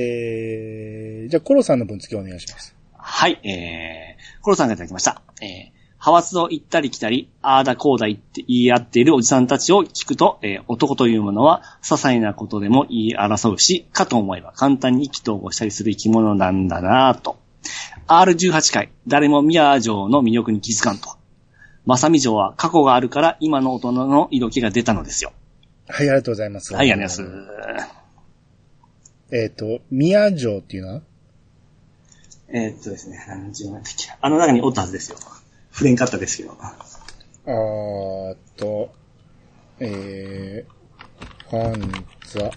えー、じゃあ、コロさんの分付けお願いします。はい、えー、コロさんがいただきました。えー、ハワスを行ったり来たり、あーだこうだ言って言い合っているおじさんたちを聞くと、えー、男というものは、些細なことでも言い争うし、かと思えば簡単に意気投合したりする生き物なんだなぁと。R18 回、誰も宮城の魅力に気づかんと。まさみ城は過去があるから今の大人の色気が出たのですよ。はい、ありがとうございます。はい、ありがとうございます。す。えっ、と、宮城っていうのはえーっとですね、何十万だっけあの中におったはずですよ。触れんかったですけど。あーっと、えー、ファンザ、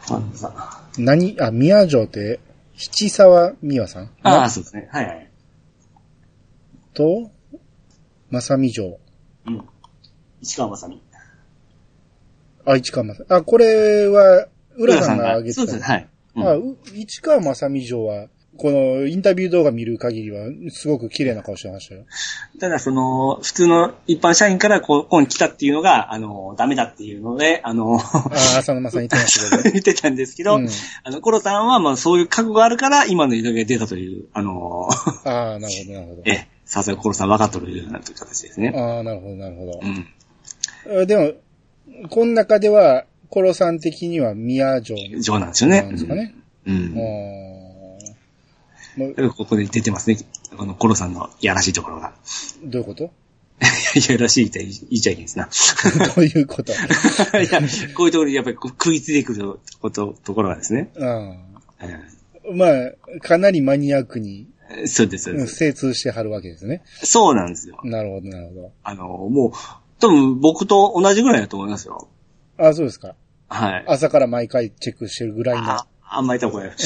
ファンさ何、あ、宮城って、七沢美和さんああ、そうですね。はいはい。と、まさみ城。うん。市川まさみ。あ、市川まさ、あ、これは、浦さんが挙げそうてですね。た。はい。うんあう市川まさみ城は、このインタビュー動画見る限りは、すごく綺麗な顔してましたよ。ただ、その、普通の一般社員からこうここに来たっていうのが、あの、ダメだっていうので、あの、あ ー、浅沼さん言ってましたけ言ってたんですけど。ど、うん。あの、コロさんは、まあ、そういう覚悟があるから、今の色気が出たという、あの、 あー、なるほど、なるほどえ。え、さすがコロさん分かっとるようなという形ですね。あー、なるほど、なるほどう。ん。あでも、この中では、コロさん的には宮城情なんですよね。なんですかね。うん。う。うんーんもうだからここで出てますね。このコロさんのいやらしいところが。 どういうこといやらしいって言いちゃいけないです な。どういうこといや、こういうところにやっぱりこう食いついてくること、ところがですね。ううんまあ、かなりマニアックにん、そうです、そううんです。精通してはるわけですね。そうなんですよ。なるほど、なるほあの、もう、多分僕と同じぐらいだと思いますよ。ど。あ、そうですか。はい。朝から毎回チェックしてるぐらいのあ、あんまり多分これ。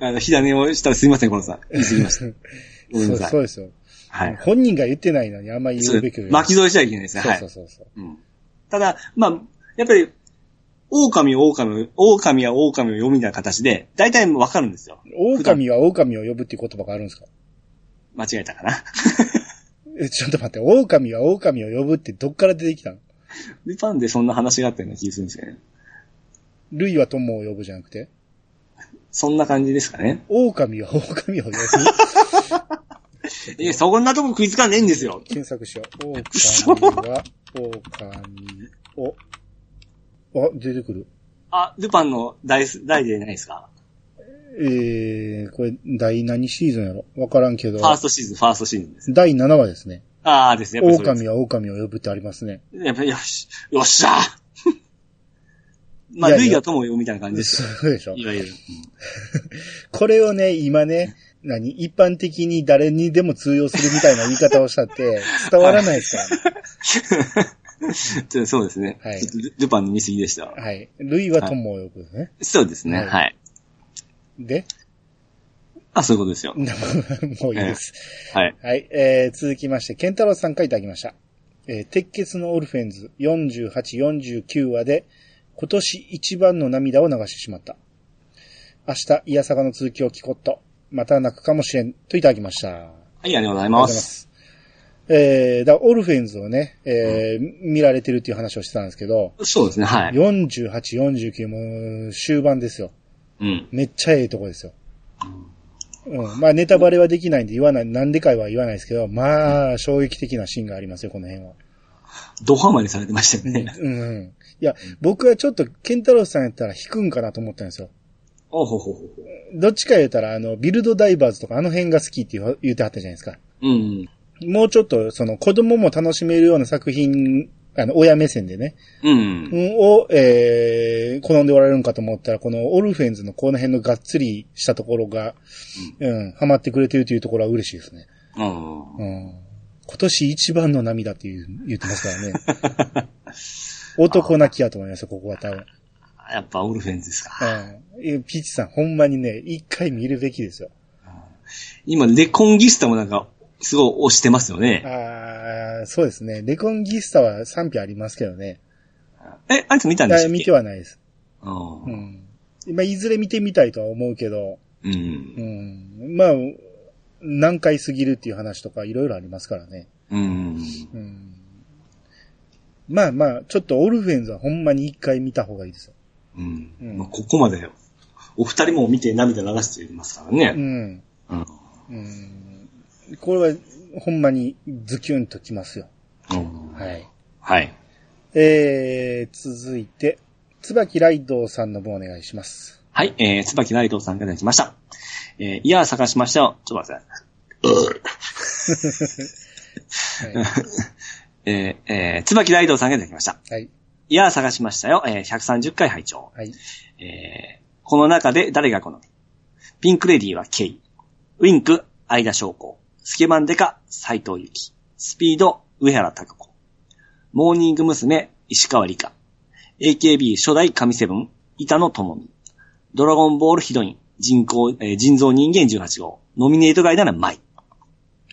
あの、火種をしたらすいません、このさん。言い過ぎました。ごめんそなうさい。そうですよ。はい。本人が言ってないのにあんまり言うべきより巻き添えしちゃいけないですね。はいそう。そうそううんただ、まあ、やっぱり、狼を狼を、狼は狼を読みたいな形で、大体わかるんですよ。そう。狼は狼を呼ぶっていう言葉があるんですか間違えたかな。え、ちょっと待って、狼は狼を呼ぶってどっから出てきたのルパンでそんな話があったような気がするんですけどね。ルイは友を呼ぶじゃなくてそんな感じですかね。狼は狼を呼ぶいや、そんなとこ食いつかんねえんですよ。検索しよう。狼は狼を。あ、出てくる。あ、ルパンの大す、大でないですかえー、これ、第何シーズンやろわからんけどフ。ァーストシーズン、ファーストシーズンです。第7話ですね。ああですね、やっぱりそうです狼は狼を呼ぶってありますね。やっぱりよし、よっしゃーまいやいあ、やルイが友を読みたいな感じですよ。そうでしょいわゆる。これをね、今ね、何一般的に誰にでも通用するみたいな言い方をしたって、伝わらないですから、うん そうですね。はいちょっとルルパンの見過ぎでした。はい。ルイは友を呼ぶね。そうですね、はいはい。で、あ、そういうことです よ。もういいです。はい。はい。えー、続きまして、ケンタロウさんからいただきました。えー、鉄血のオルフェンズ48、49話で、今年一番の涙を流してしまった。明日、イヤサガの続きを聞こっと。また泣くかもしれん。といただきました。はい、ありがとうございありがとうごま。ざいますす。えー、だからオルフェンズをね、えー見られてるっていう話をしてたんですけど、そうですね、はい。 48、49も終盤ですよ。うん。めっちゃええとこですよ。うん。まあ、ネタバレはできないんで言わない、なんでかは言わないですけど、まあ、衝撃的なシーンがありますよ、この辺は。ドハマりされてましたよね。うんうん。いや、僕はちょっと、ケンタロウさんやったら引くんかなと思ったんですよ。おほほほほ。どっちか言ったら、あの、ビルドダイバーズとかあの辺が好きって言う言ってはったじゃないですか。うん。もうちょっと、その、子供も楽しめるような作品、あの、親目線でね、うん。を、えー、好んでおられるんかと思ったら、このオルフェンズのこの辺のがっつりしたところが、うん、ハマってくれてるというところは嬉しいですね。うん。うん。今年一番の涙っていう言ってますからね。 男泣きやと思いますよ、ここは多分。やっぱオルフェンズですか。うんいや。ピーチさん、ほんまにね、一回見るべきですよ。今、レコンギスタもなんか、すごい押してますよね。あー、そうですね。レコンギスタは賛否ありますけどね。え、あいつ見たんであしたっ見てけはないです。う。うんん。今、いずれ見てみたいとは思うけど、う。うんん。まあ、難解すぎるっていう話とかいろいろありますからね。うん。うん。まあまあ、ちょっとオルフェンズはほんまに一回見た方がいいですよ。うん。うんまあ、ここまで、お二人も見て涙流してますからうね。ん。うん。うん。これは、ほんまにズキュンときますよ。うんはい。はい。えー、続いて、椿ライドさんの分お願いします。はい、えー、椿内藤さんからいただきました。えー、いやー探しましたよ。ちょっと待ってください。 はえー、えー、椿内藤さんからいただきました。い。はい。いやー探しましたよ。えー、130回拝聴。はい。えー、この中で誰が好みピンクレディーはケイ。ウィンク、相田翔子。スケバンデカ、斎藤由紀。スピード、上原拓子。モーニング娘、石川理香。AKB 初代神セブン、板野智美。ドラゴンボールヒロイン、人工、えー人造人間18号。ノミネート外なら舞。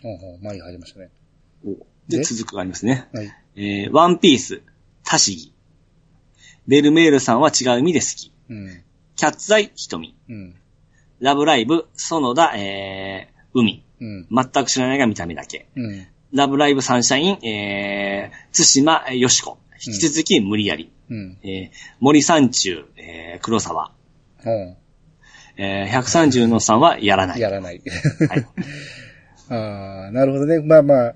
ほうほう、前入りましたね。で、で続くがありますね。はい。えーワンピース、タシギ。ベルメールさんは違う意味で好き。うん。キャッツアイ、瞳。うん。ラブライブ、園田、えー、海。うん。全く知らないが見た目だけ。うん。ラブライブサンシャイン、えー、津島えーよしこ。引き続き無理やり。うん。えー、森三中、えー、黒沢。ほえー、130のさんはやらなう。い。やらない。はい。 ああ、なるほどね。まあまあ、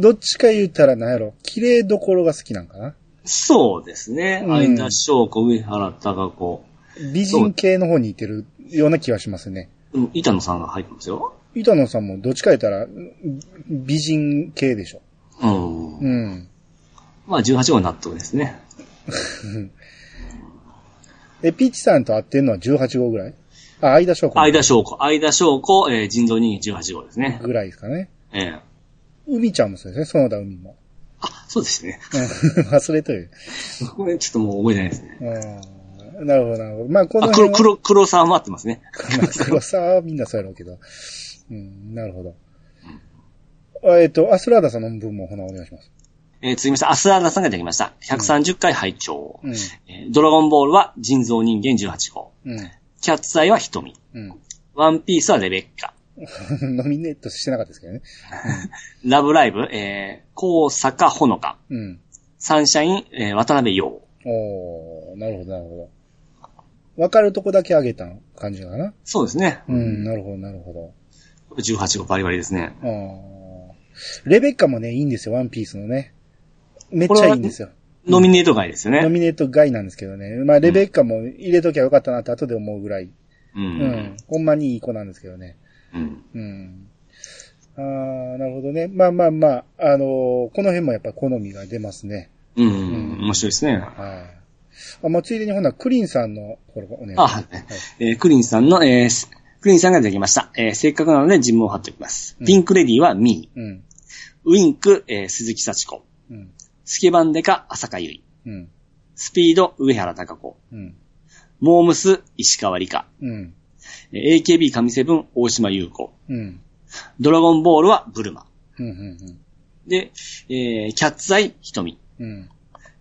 どっちか言ったらなんやろ。綺麗どころが好きなんかな。そうですね。うん相田翔子、上原隆子。美人系の方に似てるような気がしますね。うん、板野さんが入ってますよ。板野さんもどっちか言ったらうん美人系でしょ。うん。うん。まあ、18号納得ですね。え、ピーチさんと会ってんのは18号ぐらいあ、間翔子相田翔子、相田翔子、えー、人造人間18号ですね。ぐらいですかね。えー、海ちゃんもそうですね。園田海も。 あ、そうですね。うん忘れとる。これちょっともう覚えてないですね。うんなるほど、なるほど。まあ、このあ、辺黒、は黒、黒さん待ってますね。まあ黒沢はみんなそうやろうけど。うん、なるほど。あえっ、と、アスラーダさんの分もほなお願いします。えー続きまして、アスラーナさんがいただきました。130回拝聴、うん、えードラゴンボールは人造人間18号。うキャッツアイは瞳。ん、ワンピースはレベッカ。うん。ノ ミネートしてなかったですけどね。ラブライブ、えー、高坂ほのか。うん。サンシャイン、えー渡辺陽。おー、なるほど、なるほど。わかるとこだけ上げた感じかな。そうですね。うん、なるほど、なるほど。 18号バリバリですね。あーレベッカもね、いいんですよ、ワンピースのね。めっちゃいいんですよ。ノミネート外ですよノね。ミネート外なんですけどね。まあ、レベッカも入れときゃよかったなって後で思うぐらい。ううんん。。ほんまにいい子なんですけどね。うん。うん。ああ、なるほどね。まあまあまあ、あのーこの辺もやっぱ好みが出ますね。うん。ん面白いですはね。い。あ、まあ、ついでにほな、クリンさんのところお願いしあ、ます。はい。えークリンさんの、えーすクリンさんがいただきました。えーせっかくなので尋問を貼っておきます。ピンクレディはミうん。ー。ウィンク、えー鈴木幸子。うん。スケバンデカ、浅香ゆい。うん。スピード、上原隆子。うん。モームス、石川理香。うん。えー AKB 神セブン、大島優子。うん。ドラゴンボールはブルマ。うん。うん。で、えーキャッツアイ、瞳。うん。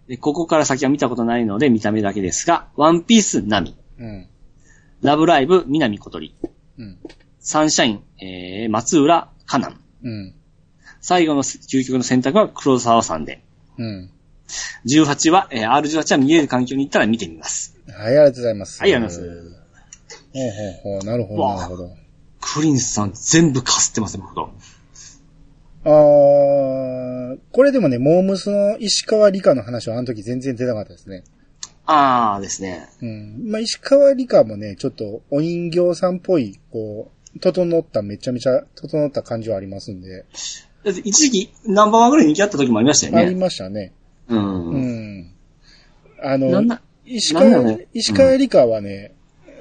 で、ここから先は見たことないので見た目だけですが、ワンピース、ナミ。うん。ラブライブ、南小鳥。うん。サンシャイン、えー松浦、カナン。うん。最後の究極の選択は黒沢さんで。うん。 18は、えー R18 は見れる環境に行ったら見てみます。はい、ありがとうございます。。はいありがとうございますほうほうほう、なるほど、わあなるほど。クリンさん全部かすってますね、僕と。あー、これでもね、モームスの石川理香の話はあの時全然出なかったですね。あーですね。うん。まあ、石川理香もね、ちょっとお人形さんっぽい、こう、整った、めちゃめちゃ整った感じはありますんで。だって一時期ナンバーワンぐらいに人気あった時もありましたあよりね。ましたね。う。うんん。あなんのだ、石なんだ川ろう、石川理香はね、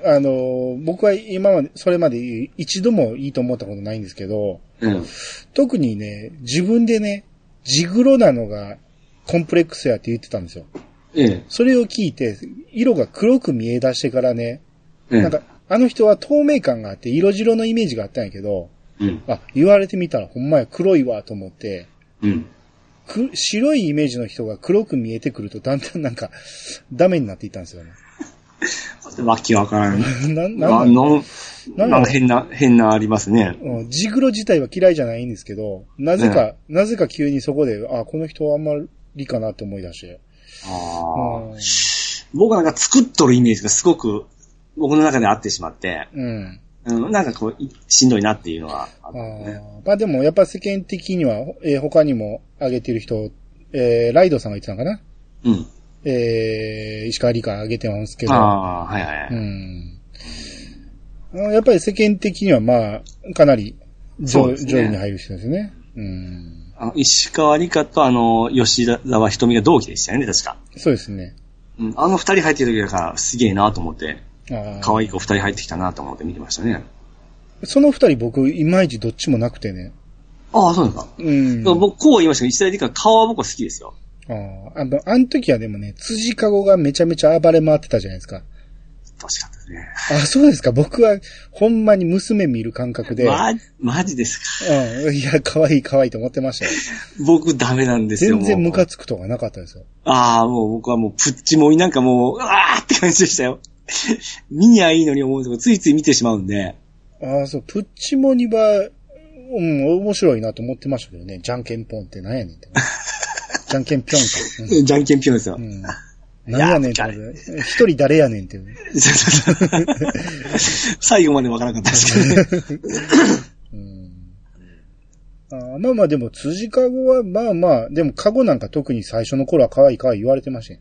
あの、僕は今まで、それまで一度もいいと思ったことないんですけど、うん。特にね、自分でね、ジグロなのがコンプレックスやって言ってたんですよ。ええ。それを聞いて、色が黒く見え出してからね、ええなんか、あの人は透明感があって、色白のイメージがあったんやけど、うん。あ、言われてみたらほんまや黒いわと思って、うん。く白いイメージの人が黒く見えてくると、だんだんなんか、ダメになっていったんですよね。わけわからん。 な、なんな、なんなん、なんなかんか変な、変なありますね。うんジグロ自体は嫌いじゃないんですけど、なぜか、なぜか急にそこで、あ、この人はあんまりかなって思い出して。ああ。僕なんか作っとるイメージがすごく僕の中で合ってしまって、うん。うん、なんかこう、いしんどいなっていうのはああったね。ーまあでも、やっぱ世間的には、えー他にも挙げてる人、えーライドさんが言ってたのかなうん。えー石川理香挙げてますけど、ああー、はいはいはうい。ん。あのやっぱり世間的には、まあ、かなりそう上,、ですね上位に入る人ですね。うん。あの石川理香とあの、吉沢瞳が同期でしたよね、確か。そうですね。うん、あの二人入ってる時だからすげえなと思って、あ可い愛い子二人入ってきたなと思って見てましたね。その二人僕、いまいちどっちもなくてね。ああ、そうなんですか。うん。でも僕、こう言いましたけど、石川理香顔は僕は好きですよ。あーあの、あの時はでもね、辻かごがめちゃめちゃ暴れ回ってたじゃないですか。楽しかったですね。あ、そうですか。僕は、ほんまに娘見る感覚で、ま、マジですか。うん。いや、可愛い可愛いと思ってましたよ。僕ダメなんですよ。全然もムうカつくとかなかったですよ。ああ、もう僕はもうプッチモイなんかもう、うわーって感じでしたよ。 見にゃいいのに思うとこついつい見てしまうんで。ああ、そう、プッチモニバ、うん、面白いなと思ってましたけどね。じゃんけんぽんって何やねん って。じゃんけんぴょんか。じゃんけんぴょんですよ。う。うんんうん何やねんって思って。一人誰やねんっていうね。 最後までわからなかったです けどね。うんあーまあまあでも、辻かごは、まあまあ、でも、かごなんか特に最初の頃は可愛い可愛い言われてましたよ。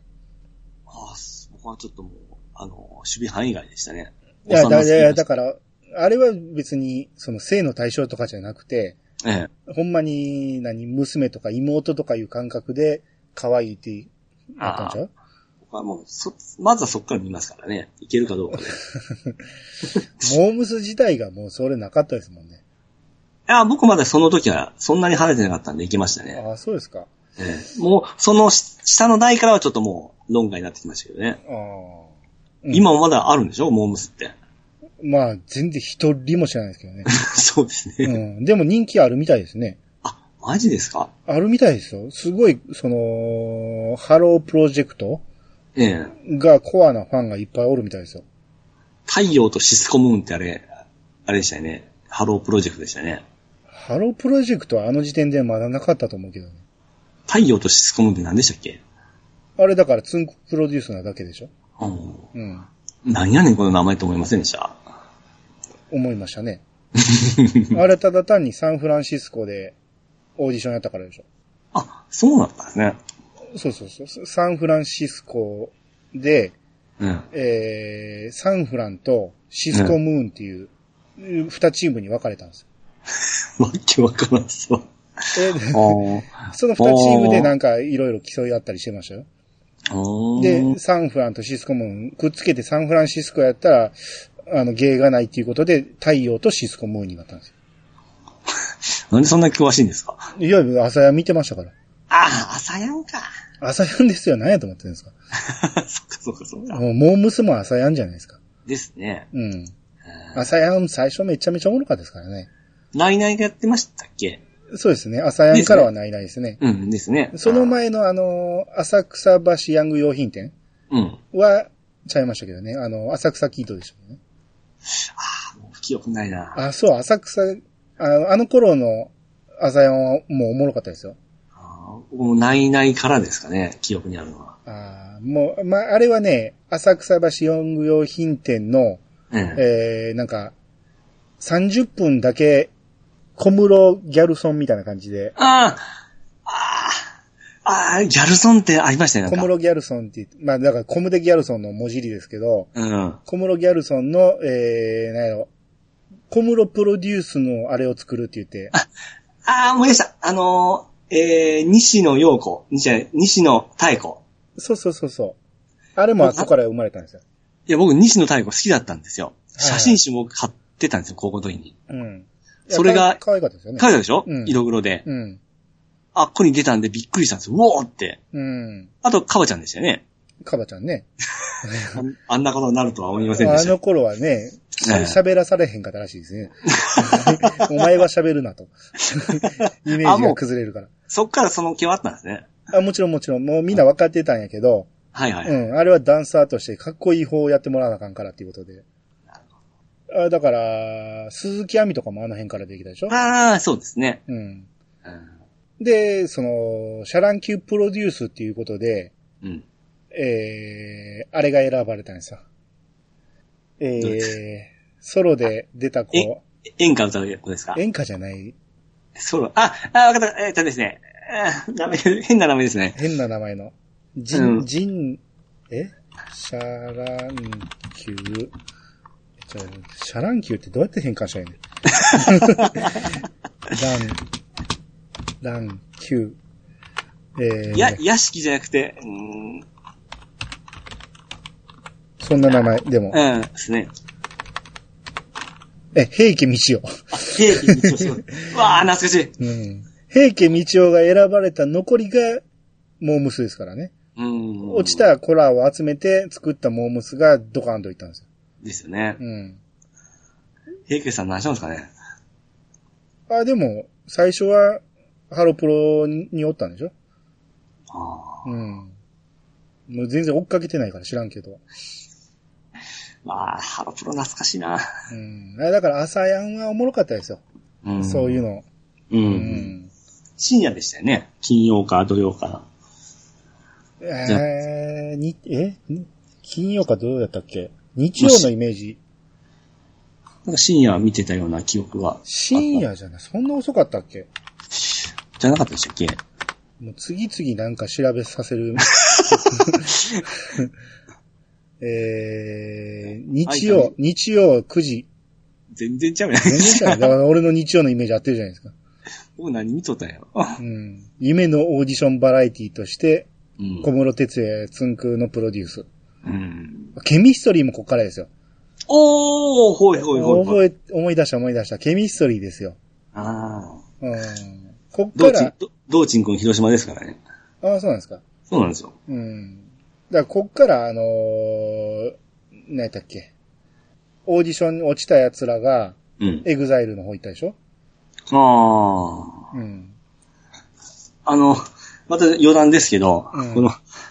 ああ、僕はちょっともう、あの、守備範囲外でしたね。いや、だ幼すぎまだしただから、あれは別に、その性の対象とかじゃなくて、ええ。ほんまに、何、娘とか妹とかいう感覚で、可愛いって、あったんちゃう僕はもう、そ、まずはそこから見ますからね。いけるかどうかで。モームス自体がもうそれなかったですもんね。ああ、僕まだその時は、そんなに跳ねてなかったんでいけましたね。ああ、そうですか。ええ、もう、そのし下の台からはちょっともう、論外になってきましたけどね。ああ。うん今もまだあるんでしょモームスって。 まあ、全然一人も知らないですけど ね。そうですね。うん。でも人気あるみたいですね。あ、マジですかあるみたいですよ。すごい、その、ハロープロジェクトええ。がコアなファンがいっぱいおるみたいですよ。太陽とシスコムーンってあれ、あれでしたよね。ハロープロジェクトでしたよね。ハロープロジェクトはあの時点でまだなかったと思うけどね。太陽とシスコムーンって何でしたっけあれだからツンクプロデュースなだけでしょうん。うん。何やねんこの名前と思いませんでした思いましたね。あれただ単にサンフランシスコでオーディションやったからでしょあ、そうだったんですね。そうそうそう。サンフランシスコで、うん。えー、サンフランとシスコムーンっていう、うん二チームに分かれたんですよ。 わけわからんそう。えーであその二チームでなんかいろいろ競い合ったりしてましたよ。あ。で、サンフランとシスコムーンくっつけてサンフランシスコやったら、あの、芸がないっていうことで、太陽とシスコムーンになったんですなんでそんなに詳しいんですかよ。いや、朝や見てましたから。ああ、朝やんか。朝やんですよ。何やと思ってるんですか。 そっかそっかそっか。もう、モームスも朝やんじゃないですか。ですね。うん。朝やん最初めちゃめちゃおもろかったですからね。ナイナイがやってましたっけそうですね。朝やんからはないないですね。うん、ですね。その前のあの、浅草橋ヤング用品店あー。うん。は、ちゃいましたけどね。あの、浅草キートでしたけどね。もう記憶ないな。あ、そう、浅草、あのあの頃の朝やんはもうおもろかったですよ。あーもうないないからですかね、記憶にあるのは。あーもう、まあ、あれはね、浅草橋ヤング用品店の、うん。えー、なんか、30分だけ、小室ギャルソンみたいな感じで、ああ、ああ、ああ、ギャルソンってありましたよ、なん小か。室ギャルソンって言って、まあ、だから小室ギャルソンの文字入りですけど、うん。小室ギャルソンの、えー、なんやろ、小室プロデュースのあれを作るって言って、ああ、思い出した。あのー、えー、西野陽子、西野西野太子。そうそうそうそう。あれもあそこから生まれたんですよ。いや、僕、西野太子好きだったんですよ。はい写真集も買ってたんですよ、高校の時に。うん。それがいやかわいかったですよね書。いてたでしょ、うん色黒で。うん。あっこに出たんでびっくりしたんですよ。うおーって。うん。あと、カバちゃんでしたよね。カバちゃんね。あん あんなことになるとは思いませんであした。の頃はね、ええ喋らされへんかったらしいです ね。お前は喋るなと。イメーあジもがう崩れるから。そっからその気はあったんですね。あもちろんもちろん、もうみんな分かってたんやけど、はいはい。うん、あれはダンサーとしてかっこいい方をやってもらわなあかんからっていうことで。あだから、鈴木亜美とかもあの辺からできたでしょああ、そうですね。うん。うんで、その、シャランキュープロデュースっていうことで、うん。えー、あれが選ばれたんですよ。えどーれ、ソロで出た子、演歌歌う子ですか演歌じゃない、そう。あ、あ、わかった。えーっとですね。 あーダメ、変な名前ですね。変な名前の、ジうン、んジン、えシャランキュー、ちょシャランキューってどうやって変換したらいいのラン、ラン、キュー。えー、や、屋敷じゃなくて、うーん、そんな名前、でも。うん、ですね。え、平家道夫。あ、平気に一 応すごい。うわあ、懐かしい。うん。平家道夫が選ばれた残りが、モームスですからね。うん。落ち。たコラを集めて作ったモームスがドカンといったんですよ。ですよね。うん。平家さん何したんですかね。あ、でも、最初は、ハロプロにおったんでしょああ。うん。もう全然追っかけてないから知らんけど。まあ、ハロプロ懐かしいな。うん。あだから朝やんはおもろかったですよ。うんそういうの。う。。うん深夜でしたよね。金曜か土曜か。えー、に、えに金曜かどうやったっけ日曜のイメージ。なんか深夜見てたような記憶が。深夜じゃないそんな遅かったっけじゃなかったでしたっけもう次々なんか調べさせる。 えー、日はいは曜い、日曜9時。全然ち ゃうやない全然ちゃうだから俺の日曜のイメージ合ってるじゃないですか。僕何見とったんやろ。うん。夢のオーディションバラエティとして、うん小室哲也つんくのプロデュース。うん。ケミストリーもこっからですよ。おー、ほいほいほいほい。覚え、思い出した思い出した。ケミストリーですよ。ああ。うん。こっ道か珍ら、、道珍くん広島ですからね。ああ、そうなんですか。そうなんですよ。うん。だから、こっから、あのー、何やったっけ。オーディションに落ちた奴らが、うん。エグザイルの方行ったでしょあうん。あ。あの、また余談ですけど、うんこの、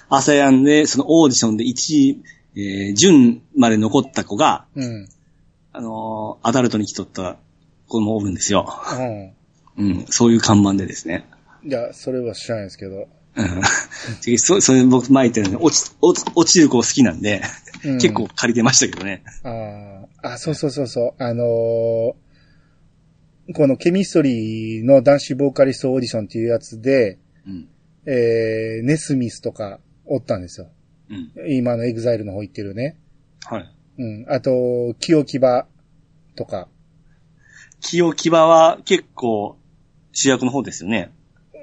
アセアンで、そのオーディションで1位、えー、準まで残った子が、うん。あのーアダルトに来とった子もおるんですよ。ううん。そういう看板でですね。ん。いや、それは知らないですけど。うん。でそ、それ僕前言ったように、落ち、落ち落ちる子好きなんで、うん結構。借りてましたけどね。ああ、あ、そうそうそうそう。あのーこのケミストリーの男子ボーカリストオーディションっていうやつで、うん。えー、ネスミスとかおったんですよ。うん。今のエグザイルの方行ってるね。はい。うん。あと、清木場とか。清木場は結構主役の方ですよね。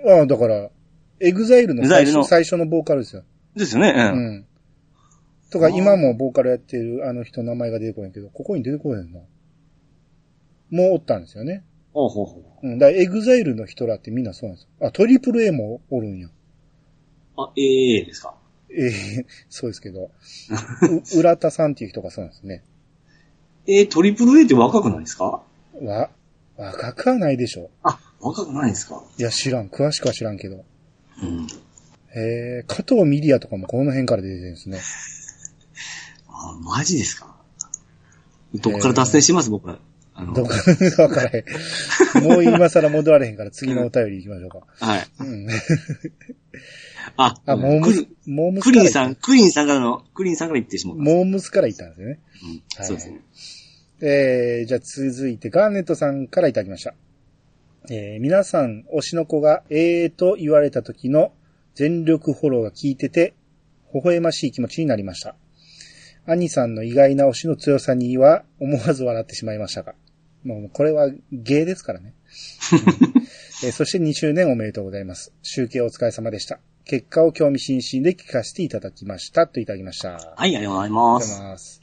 ああ、だから、エグザイルの最 EXILE の初最初のボーカルですよ。ですよね。ううん。ん。とか、あー今もボーカルやってるあの人名前が出てこないけど、ここに出てこないな。もうおったんですよね。ほうほうほうん。だから、エグザイルの人らってみんなそうなんですよ。あ、トリプル A もおるんや。う。あ、ええですか。ええそうですけ ど。う、浦田さんっていう人がそうなんですね。えー、トリプル A って若くないですかわ、若くはないでしょ。あ、若くないですかいや、知らん。詳しくは知らんけど。うん。えー、加藤ミリアとかもこの辺から出てるんですね。あ、マジですかどっから脱線します、僕ら。あのど、こかわからへん。もう今更戻られへんから次のお便り行きましょうか。はい。うん。あ、あ、モームクスリ、モームスクから行リンったさん、クリンさんからの、クリンさんから言ってしまった。モームスから行ったんですよね。うんはいそうですね。えー、じゃあ続いてガーネットさんからいただきました。えー、皆さん、推しの子がえーと言われた時の全力フォローが効いてて、微笑ましい気持ちになりました。兄さんの意外な推しの強さには思わず笑ってしまいましたが。もうこれは芸ですからね。うんえーそして2周年おめでとうございます。集計お疲れ様でした。結果を興味津々で聞かせていただきました。といただきました。はい、ありがとうございありがとうまござす。います。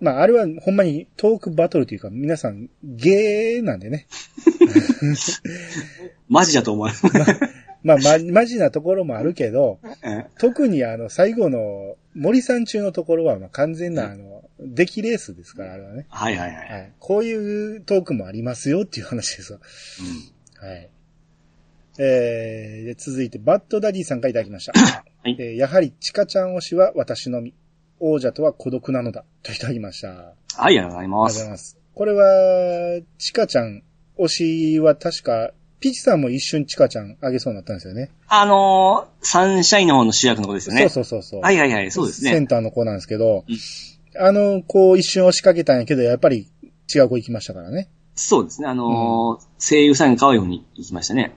まあ、あれはほんまにトークバトルというか、皆さん、ゲーなんでね。マジだと思われます。まあ、ま、マジなところもあるけど、特にあの、最後の森さん中のところは、まあ、完全な、あの、出来レースですから、あれはね。はいはいは。はいい。こういうトークもありますよっていう話ですわ。うんはい。えーで、続いて、バッドダディさんからいただきました。いえーやはり、チカちゃん推しは私のみ。王者とは孤独なのだ。といただきました。ありがはい、ありがとうございとうまございす。ます。これは、チカちゃん、推しは確か、ピチさんも一瞬チカちゃんあげそうになったんですよね。あのー、サンシャインの方の主役の子ですよそね。うそうそうそう。はいはいはい、そうですセね。ンターの子なんですけど、うんあの、こう一瞬押しかけたんやけど、やっぱり違う子行きましたからね。そうですね。あのー、声優さんが可愛い方に行きましたね。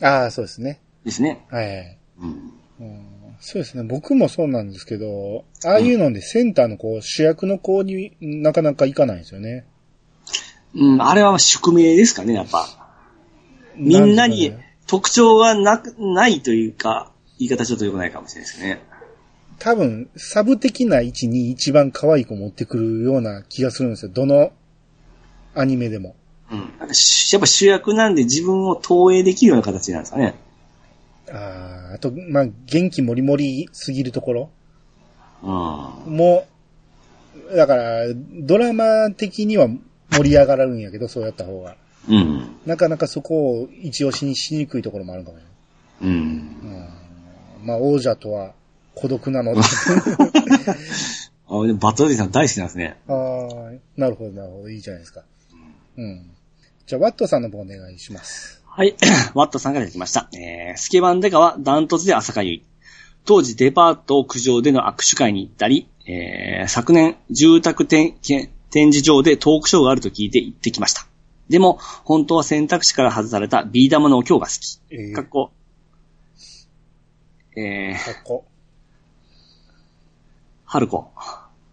ああ、そうですね。ですね。はい。うん。うんそうですね。僕もそうなんですけど、ああいうのでセンターの子、主役の子になかなか行かないんですよね。うん、あれは宿命ですかね、やっぱ。みんなにんですかね特徴がなく、ないというか、言い方ちょっと良くないかもしれないですね。多分、サブ的な位置に一番可愛い子持ってくるような気がするんですよ。どのアニメでも。うん。なんかしやっぱ主役なんで自分を投影できるような形なんですかね。ああ、あと、まあ、元気もりもりすぎるところ。うん。もう、だから、ドラマ的には盛り上がるんやけど、そうやった方が。うん。なかなかそこを一押しにしにくいところもあるかもね。うん。うんまあ、王者とは孤独なので。あ、でもバトルディさん大好きなんですね。あーなるほど、なるほど。いいじゃないですか。うん。じゃあ、ワットさんの方お願いします。はい。 ワットさんからいただきました。えー、スケバンデカはダントツで朝かゆい。当時デパート屋上での握手会に行ったり、えー、昨年住宅展展示場でトークショーがあると聞いて行ってきました。でも、本当は選択肢から外されたビー玉のお経が好き。えー、かかっこ、えー、っこ。ハルコ、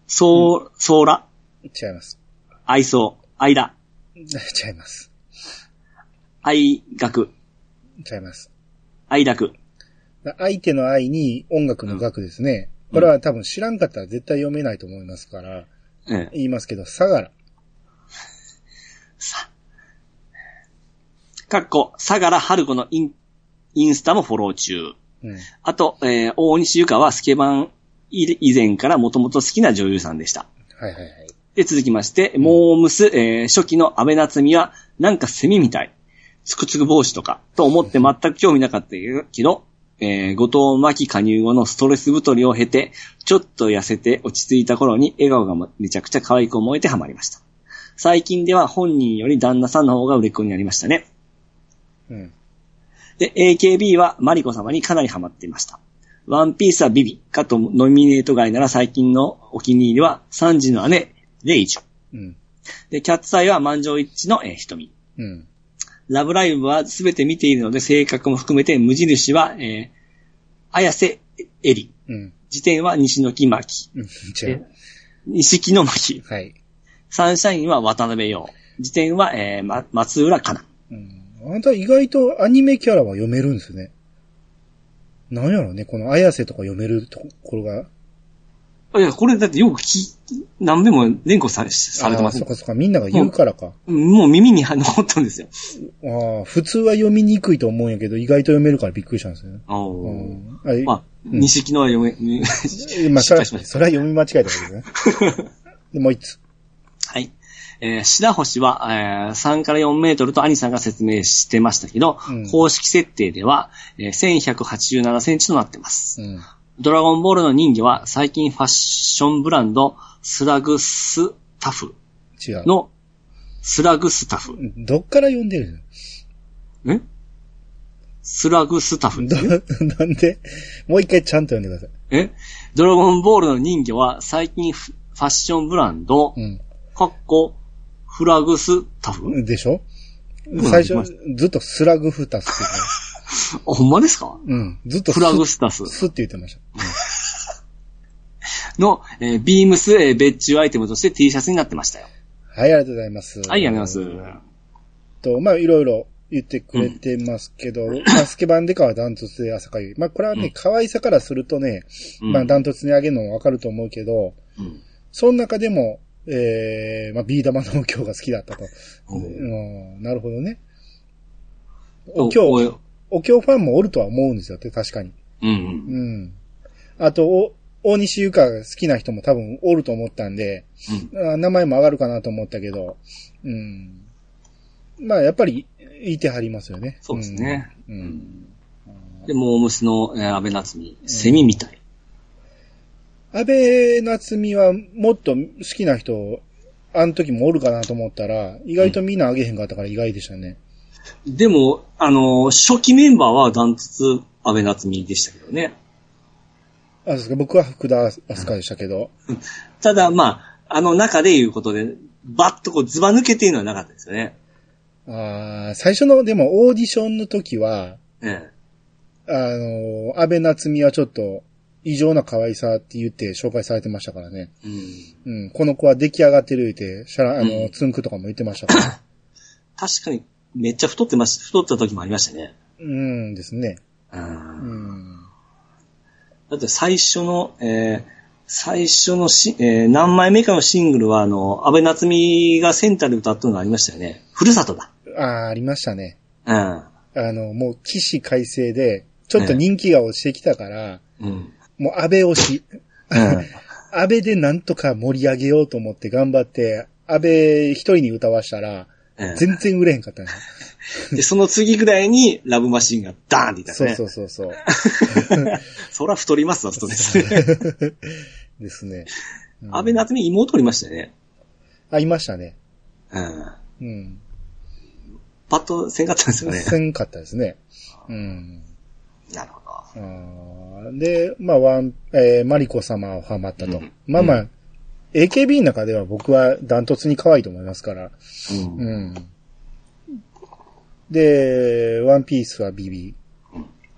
ソー、ソーラ、違います。愛想、間、 違います。愛学、違います。愛楽。相手の愛に音楽の楽ですね。これは多分知らんかったら絶対読めないと思いますから、うん。言いますけど、相良。さ。かっこ、相良春子のイン、インスタもフォロー中。うん。あと、えー大西ゆかはスケバン以前からもともと好きな女優さんでした。はいはいはい。で、続きまして、モームス、えー初期の安倍夏美は、なんかセミみたい。つくつく帽子とか、と思って全く興味なかったけど、えー後藤真希加入後のストレス太りを経て、ちょっと痩せて落ち着いた頃に笑顔がめちゃくちゃ可愛く思えてハマりました。最近では本人より旦那さんの方が売れっ子になりましたね。うん。で、AKB はマリコ様にかなりハマっていました。ワンピースはビビかとノミネート外なら最近のお気に入りは3時の姉、レイジョ。うん。で、キャッツアイは満場一致の、えー瞳。うん。ラブライブはすべて見ているので、性格も含めて無印は、えー、綾瀬エリ。うん。辞典は西野木巻。うん。 違う。西木の巻。はい。サンシャインは渡辺陽。辞典は、えーま、松浦かな。うん。あんた意外とアニメキャラは読めるんですね。なんやろね、この綾瀬とか読めるところが。いや、これだってよく聞き、何べも連呼さされてまあーすそっ。かそっか、みんなが言うからか。もう耳に残ったんですよ。ああ、普通は読みにくいと思うんやけど、意外と読めるからびっくりしたんですよね。うおーん。あれまあ、うん西木のは読め、えまあ、それは、失礼しましたそれは読み間違えたわけです ね。でもう一つ。はい。えー白星は、えー3から4メートルと兄さんが説明してましたけど、うん公式設定では、えー1187センチとなってます。うん。ドラゴンボールの人魚は最近ファッションブランドスラグスタフ違う。のスラグスタフ。どっから読んでるんスラグスタフの。ど、なんでもう一回ちゃんと読んでください。えドラゴンボールの人魚は最近フファッションブランド、うかっこフラグスタフ、ん。でしょん最行初き、ずっとスラグフタスってあ、ほんまで すか言うの。うん。ずっとフラグスタス。スって言ってました。の、えービームス、えー別注アイテムとして T シャツになってましたよ。はい、ありがとうございます。はい、ありがとうございえまっと、まあ、いろいろ言ってくれてますけど、まあ、スケバンデカはダントツで朝かゆい。まあ、これはうねん、可愛さからするとね、す。まあ、だ、ダントツにあげるのもわかると思うけど、うんその中でも、えー、まあ、ビー玉のお経が好きだったと。おうん、なるほどね。おお経、おうんお経ファンもおるとは思うんですよって、確かに。う。うんん。あと、お大西ゆかが好きな人も多分おると思ったんで、あ名前も上がるかなと思ったけど、うん。まあ、やっぱり、いてはりますよね。そうですね。う。うんんで、モームスの、えー、安倍夏美、セミみたい。あ安倍夏美はもっと好きな人、あの時もおるかなと思ったら、意外とみんなあげへんかったから意外でしたね。でも、あの、初期メンバーはダントツ安倍夏実でしたけどね。あ、そうですか。僕は福田明日香でしたけど。ただ、まあ、あの中でいうことで、バッとこう、ズバ抜けていうのはなかったですよね。あー最初の、でもオーディションの時は、えあの、安倍夏美はちょっと異常な可愛さって言って紹介されてましたからね。え。うん。うん。この子は出来上がってる言って、シャラ、あうの、んつんくとかも言ってましたから。確かに、めっちゃ太ってました、太った時もありましたね。うんですね。う。うんん。だって最初の、えー最初のし、えー何枚目かのシングルは、あの、安倍夏実がセンターで歌ったのがありましたよね。ふるさとだ。あーありましたね。うあの、もう起死回生で、ちょっと人気が落ちてきたから、ん。うん。もう安倍推し。うん。安倍でなんとか盛り上げようと思って頑張って、安倍一人に歌わしたら、うん全然売れへんかったね。で、その次ぐらいに、ラブマシンがダーンっていったんですそうね。そうそうそう。そら太りますわ、そうですね。 ですね。うん安倍夏実妹おりましたよね。あ、いましたね。うん。うん。パッとせんかったんですよね。せんかったですね。うん。なるほど。あーで、まあ、ワン、えーマリコ様をハマったと。うんまあまあ、AKB の中では僕はダントツに可愛いと思いますから。うん。うん。で、ワンピースはビビ。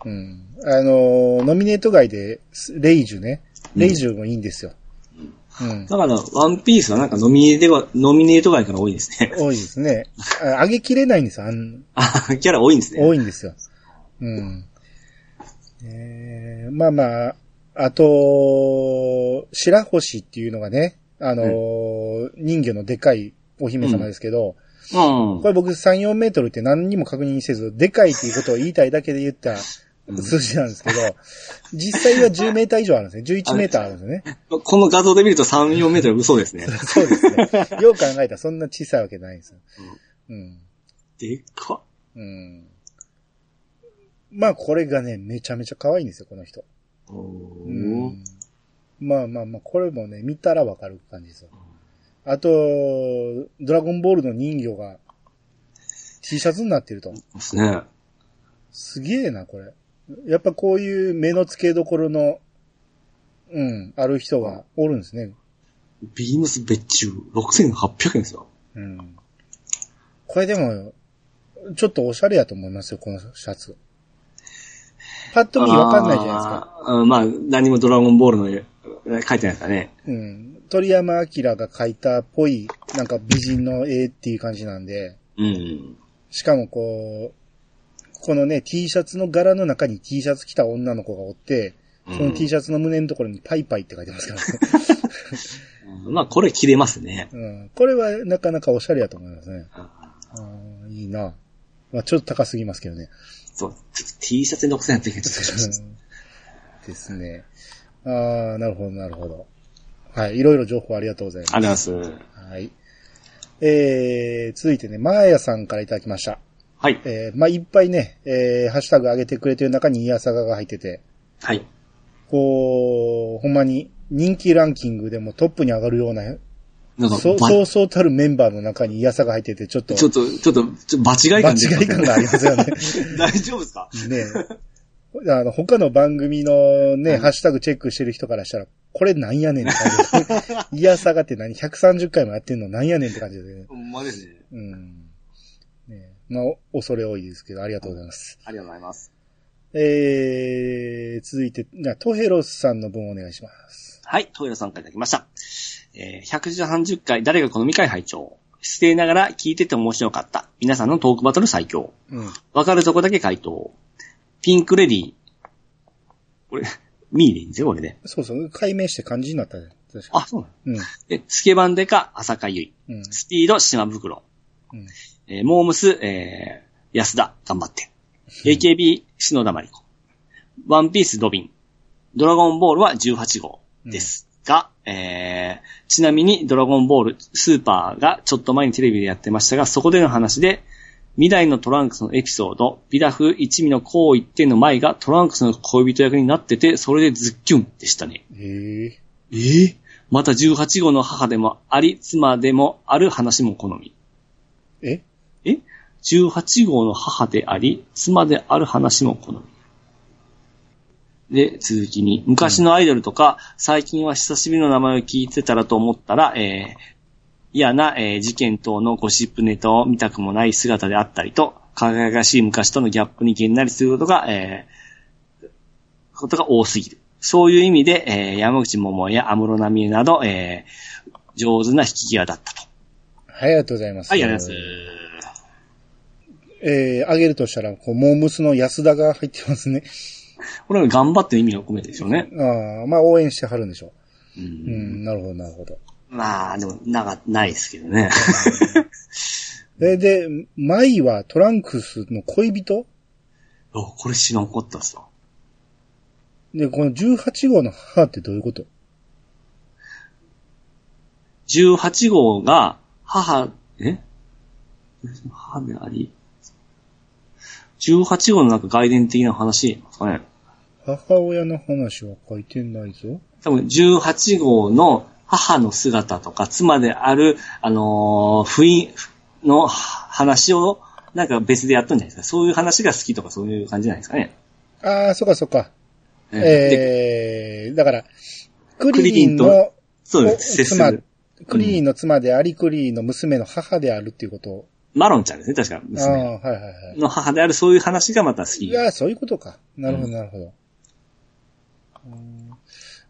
うん。あのー、ノミネート外で、スレイジュね。レイジュもいいんですよ。うん。だから、ワンピースはなんかノミネートが、ノミネート外から多いですね。多いですね。あ上げきれないんですよ。あんあ、キャラ多いんですね。多いんですよ。うん。えーまあまあ、あと、白星っていうのがね、あのー人魚のでかいお姫様ですけど、うこ。んれ僕3、4メートルって何にも確認せず、でかいっていうことを言いたいだけで言ったうん数字なんですけど、実際は10メーター以上あるんですね。11メーターあるんですね。この画像で見ると3、4メートル嘘ですね。そうですね。よう考えたらそんな小さいわけないんですよ。うん。でっか。うん。まあこれがね、めちゃめちゃ可愛いんですよ、この人。ううんん。まあまあまあ、これもね、見たらわかる感じですよ。あと、ドラゴンボールの人魚が T シャツになってると。ですね。すげえな、これ。やっぱこういう目の付けどころの、うん、ある人がおるんですね。ビームス別注6800円ですよ。うん。これでも、ちょっとおしゃれやと思いますよ、このシャツ。パッと見わかんないじゃないですか。あー。うんまあ、何もドラゴンボールの絵書いてないですからね。うん。鳥山明が描いたっぽい、なんか美人の絵っていう感じなんで、うん。しかもこう、このね、T シャツの柄の中に T シャツ着た女の子がおって、その T シシャツの胸のところにパイパイって書いてますからね。ャツ。まあ、これ切れますね。うん。これはなかなかおしゃれやと思いますね。あーいいな。まあちょっと高すぎますけどね。そう。ちょっと T シャツに残せないといけない。ちょっとしましたうんですね。ああ、なるほど、なるほど。はい。いろいろ情報ありがとうございます。ありがとうございます。はい。えー、続いてね、マーヤさんからいただきました。はい。えー、まあ、いっぱいね、えー、ハッシュタグ上げてくれてる中にイヤサガが入ってて、はい。こう、ほんまに人気ランキングでもトップに上がるような、なんか、そう、ばそうそうたるメンバーの中にイヤサガ入ってて、ちょっと、ちょっと、ちょっと、ちょっと場違い間感出て違いますよ感ねがありますよね。 大丈夫ですかねえ。 あの、他の番組のね、うんハッシュタグチェックしてる人からしたら、これなんやねんって感じ です。イヤサガって何 ?130 回もやってんのなんやねんって感じで、ね。ほんまですね。うん。ねえまあ、お恐れ多いですけど、ありがとうございます。ありがとうございます。えー、続いて、じゃあトヘロスさんの分お願いします。はい、トイレさんからいただきました。えー、130回、誰が好み会拝聴失礼ながら聞いてて面白かった。皆さんのトークバトル最強。うん。わかるとこだけ回答。ピンクレディー。これ、ミーでいいんですよ、これね。そうそう、解明して漢字になったね。確かあ、そうなのに。で、スケバンデカ、浅香ゆい。うん。うん。スピード、島袋。うんえーモームス、えー安田、頑張って。AKB、篠田まりこ。ワンピース、ドビン。ドラゴンボールは18号ですが、えーちなみにドラゴンボール、スーパーがちょっと前にテレビでやってましたが、そこでの話で、未来のトランクスのエピソード、ビラフ一味のこう言っての前がトランクスの恋人役になってて、それでズッキュンでしたね。へえ。ええまた18号の母でもあり、妻でもある話も好み。ええ ?18 号の母であり、妻である話も好み。で、続きに、昔のアイドルとか、最近は久しぶりの名前を聞いてたらと思ったら、えー嫌な、えー事件等のゴシップネタを見たくもない姿であったりと、輝かしい昔とのギャップにげんなりすることが、えーことが多すぎる。そういう意味で、えー山口桃や安室奈美恵など、えー上手な引き際だったと。はい、ありがとうございます。はい、ありがとうございます。えー、あげるとしたら、こう、モームスの安田が入ってますね。 これは頑張っての意味を込めてですよね。ああ、まあ応援してはるんでしょう、う。うんん、なるほど、なるほど。まあ、でも、なが、ないですけど ね。で、で、マイはトランクスの恋人おこれ知らんかったっすわ。で、この18号の母ってどういうこと18号が、母、え母であり、18号のなんか概念的な話なんですかね。母親の話は書いてないぞ。多分18号の母の姿とか、妻である、あのー、不意の話を、なんか別でやったんじゃないですか。そういう話が好きとかそういう感じじゃないですかね。ああ、そっかそっか。うんでえー、だから、クリリンクリリンの、そうおです。接す妻る。、クリリンの妻であり、クリリンの娘の母であるっていうこと。マロンちゃんですね、確か。ああ、娘はいはいはい。の母である、そういう話がまた好いき。や、そういうことか。なるほど、うんなるほど。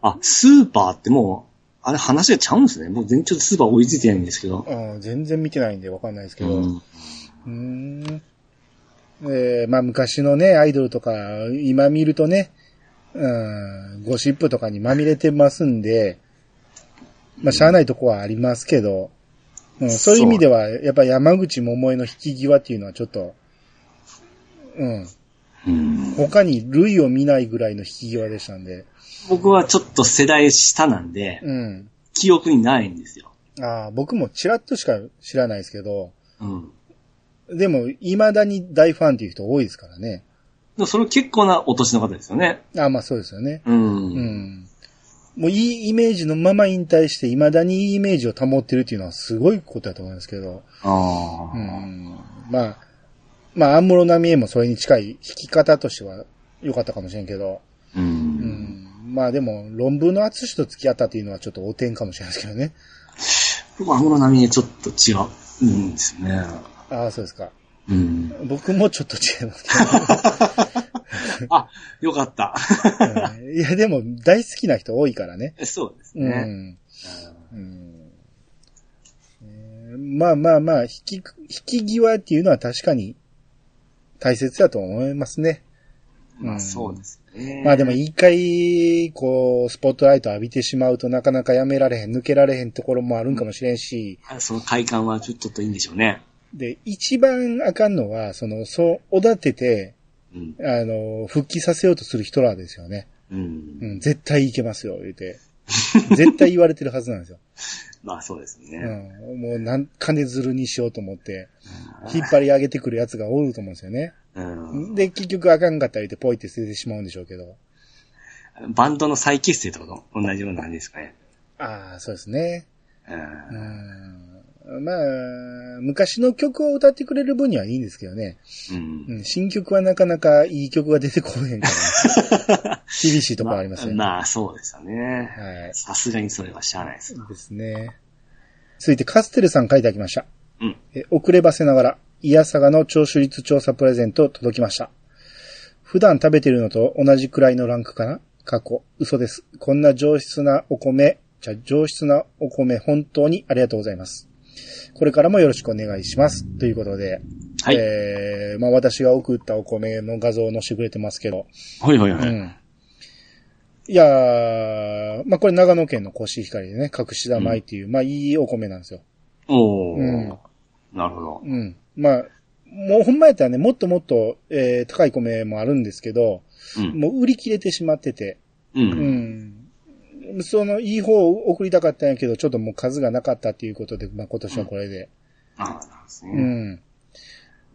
あ、スーパーってもう、あれ話がちゃうんですね。もう全然ちょっとスーパー追いついてないんですけど。ああ全然見てないんでわかんないですけうど。ん。うーん。えーまあ昔のね、アイドルとか、今見るとね、うん、ゴシップとかにまみれてますんで、まあしゃあないとこはありますけど、うん、そういう意味では、やっぱ山口桃江の引き際っていうのはちょっと、うん、うん他に類を見ないぐらいの引き際でしたんで、僕はちょっと世代下なんで、うん。記憶にないんですよ。ああ、僕もちらっとしか知らないですけど、うん。でも、未だに大ファンっていう人多いですからね。でもそれ結構なお年の方ですよね。ああ、まあそうですよね。うん。うんもういいイメージのまま引退して、未だにいいイメージを保ってるっていうのはすごいことだと思いますけど、あうあ、ん、まあ、まあ、安室奈美恵もそれに近い弾き方としては良かったかもしれんけど、うん。うん、まあでも、論文の厚と付き合ったっていうのはちょっと汚点かもしれないですけどね。僕は安室奈美恵ちょっと違うんですよね。ああ、そうですか。うん。僕もちょっと違いますけあ、よかった。 ど、うんいや、でも、大好きな人多いからね。そうですうね。ん。うんえーまあまあまあ、引き、引き際っていうのは確かに大切だと思いますね。まあそうですね。まあでも一回、こう、スポットライト浴びてしまうとなかなかやめられへん、抜けられへんところもあるんかもしれんし、あその快感はちょちょっといいんでしょうね。で、一番あかんのは、その、そう、おだてて、うん。あの、復帰させようとする人らですよね。うんう。ん、絶対いけますよ、言うて。絶対言われてるはずなんです よ。まあそうですね。うん、もう、なん、金づるにしようと思って、引っ張り上げてくるやつがおると思うんですよね。うんで、結局あかんかったりでポイって捨ててしまうんでしょうけど。バンドの再結成ってこと同じような感じですかね。ああ、そうですね。ううんん。まあ、昔の曲を歌ってくれる分にはいいんですけどね。うんうん、新曲はなかなかいい曲が出てこへんから、 厳しいところありますよね。まあそうですよね。はい。さすがにそれはしゃあないです。ですね。続いて、カステルさん書いてあきました。うんえ遅ればせながら、イヤサガの聴取率調査プレゼント届きました。普段食べてるのと同じくらいのランクかな過去。嘘です。こんな上質なお米、じゃ、上質なお米、本当にありがとうございます。これからもよろしくお願いします。ということで、はい。えー、まあ私が送ったお米の画像を載せてくれてますけど、はいはいはうい。んいやー、まあ、これ長野県のコシヒカリでね、隠し玉いっていう、まあ、いいお米なんですよ。おーうんなるほど。うん。まあ、もうほんまやったらね、もっともっと、えー高い米もあるんですけど、うん。もう売り切れてしまってて、う。うんん。その、いい方を送りたかったんやけど、ちょっともう数がなかったっていうことで、まあ、今年はこれで。ああ、なんですうね。ん。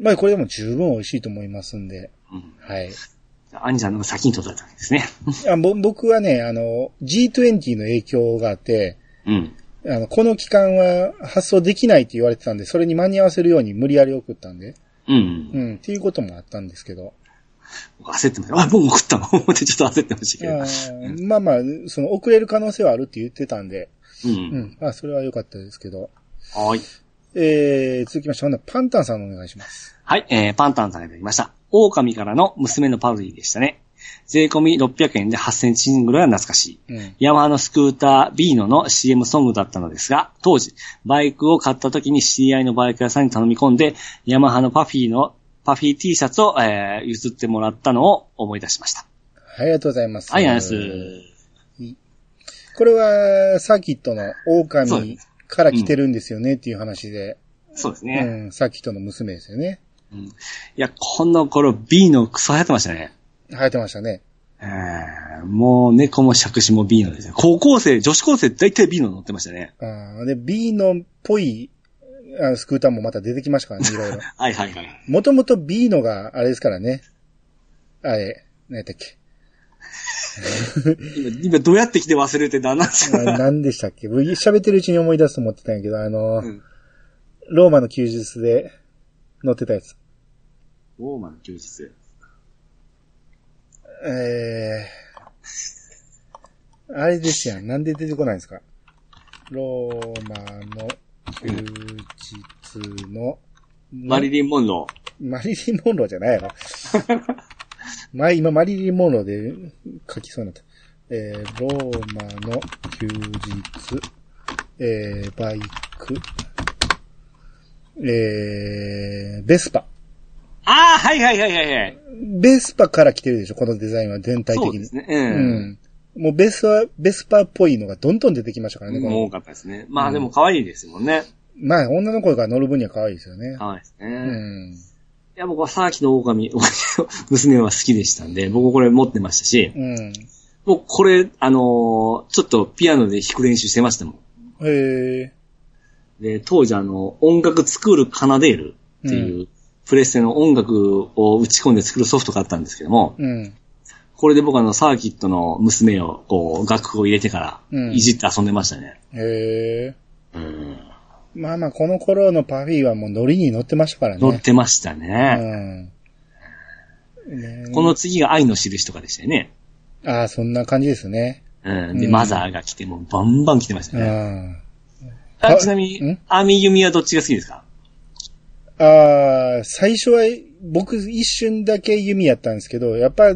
まあ、これでも十分美味しいと思いますんで、うんはい。兄さんの方が先に取られたわけですね。あぼ僕はね、あの、G20 の影響があって、うん。あの、この期間は発送できないって言われてたんで、それに間に合わせるように無理やり送ったんで、うん。うん、っていうこともあったんですけど、焦ってました。あ、もう送ったの 思ってちょっと焦ってましたけど。あーまあまあ、その遅れる可能性はあるって言ってたんで、う。うんん、まあそれは良かったですけど、はい。えー、続きまして、ほんならパンタンさんお願いします。はい、えー、パンタンさんがいただきました。狼からの娘のパロディでしたね。税込み600円で8センチシングルは懐かしい。うん。ヤマハのスクータービーノの CM ソングだったのですが、当時、バイクを買った時に知り合いのバイク屋さんに頼み込んで、ヤマハのパフィーの、パフィー T シャツを、えー譲ってもらったのを思い出しました。はい、ありがとうございます。はい、ナイス。これは、サーキットのそうで狼すから来てるんですよねっていう話で、そうですうね。ん、サーキットの娘ですよね。うんいや、この頃、B のクソ流行ってましたね。流行ってましたね。えーもう猫も尺子も B のですね。高校生、女子高生大体 B の乗ってましたね。あーで、B のっぽいあスクーターもまた出てきましたからね、いろいろ。はいはいはい。もともと B のが、あれですからね。あれ、何やったっけ。今、今どうやって来て忘れてたなんですあかれ何でしたっけ僕喋ってるうちに思い出すと思ってたんやけど、あの、うんローマの休日で乗ってたやつ。ウォーマン休日。えー、あれですやん。なんで出てこないんですかローマの休日の、マリリン・モンロー。マリリン・モンローじゃないや ろ。ま、今、マリリン・モンローで書きそうになった。えー、ローマの休日、えー、バイク、えー、ベスパ。ああ、はいはいはいはいはい。ベスパから来てるでしょ、このデザインは全体的に。そうですね。う。うんん。もうベスパ、ベスパっぽいのがどんどん出てきましたからね、こもうの多かったですね。まあでも可愛いですもんね。まあ、女の子が乗る分には可愛いですよね。可愛いですね。ういん。や、僕はサーキの狼、 娘は好きでしたんで、僕これ持ってましたし、うん。僕これ、あのーちょっとピアノで弾く練習してましたもん。へえ。で、当時あの、音楽スクールカナデールっていう、プレステの音楽を打ち込んで作るソフトがあったんですけども、うん。これで僕あの、サーキットの娘を、こう、楽譜を入れてかうら、んいじって遊んでましたね。へえ。うんまあまあ、この頃のパフィーはもうノリに乗ってましたからね。乗ってましたね。うん。ねこの次が愛の印とかでしたよね。ああ、そんな感じですね。うん。で、うんマザーが来て、もうバンバン来てましたうね。ん。あちなみうんに、アミユミはどっちが好きですかああ、最初は僕一瞬だけ弓やったんですけど、やっぱ、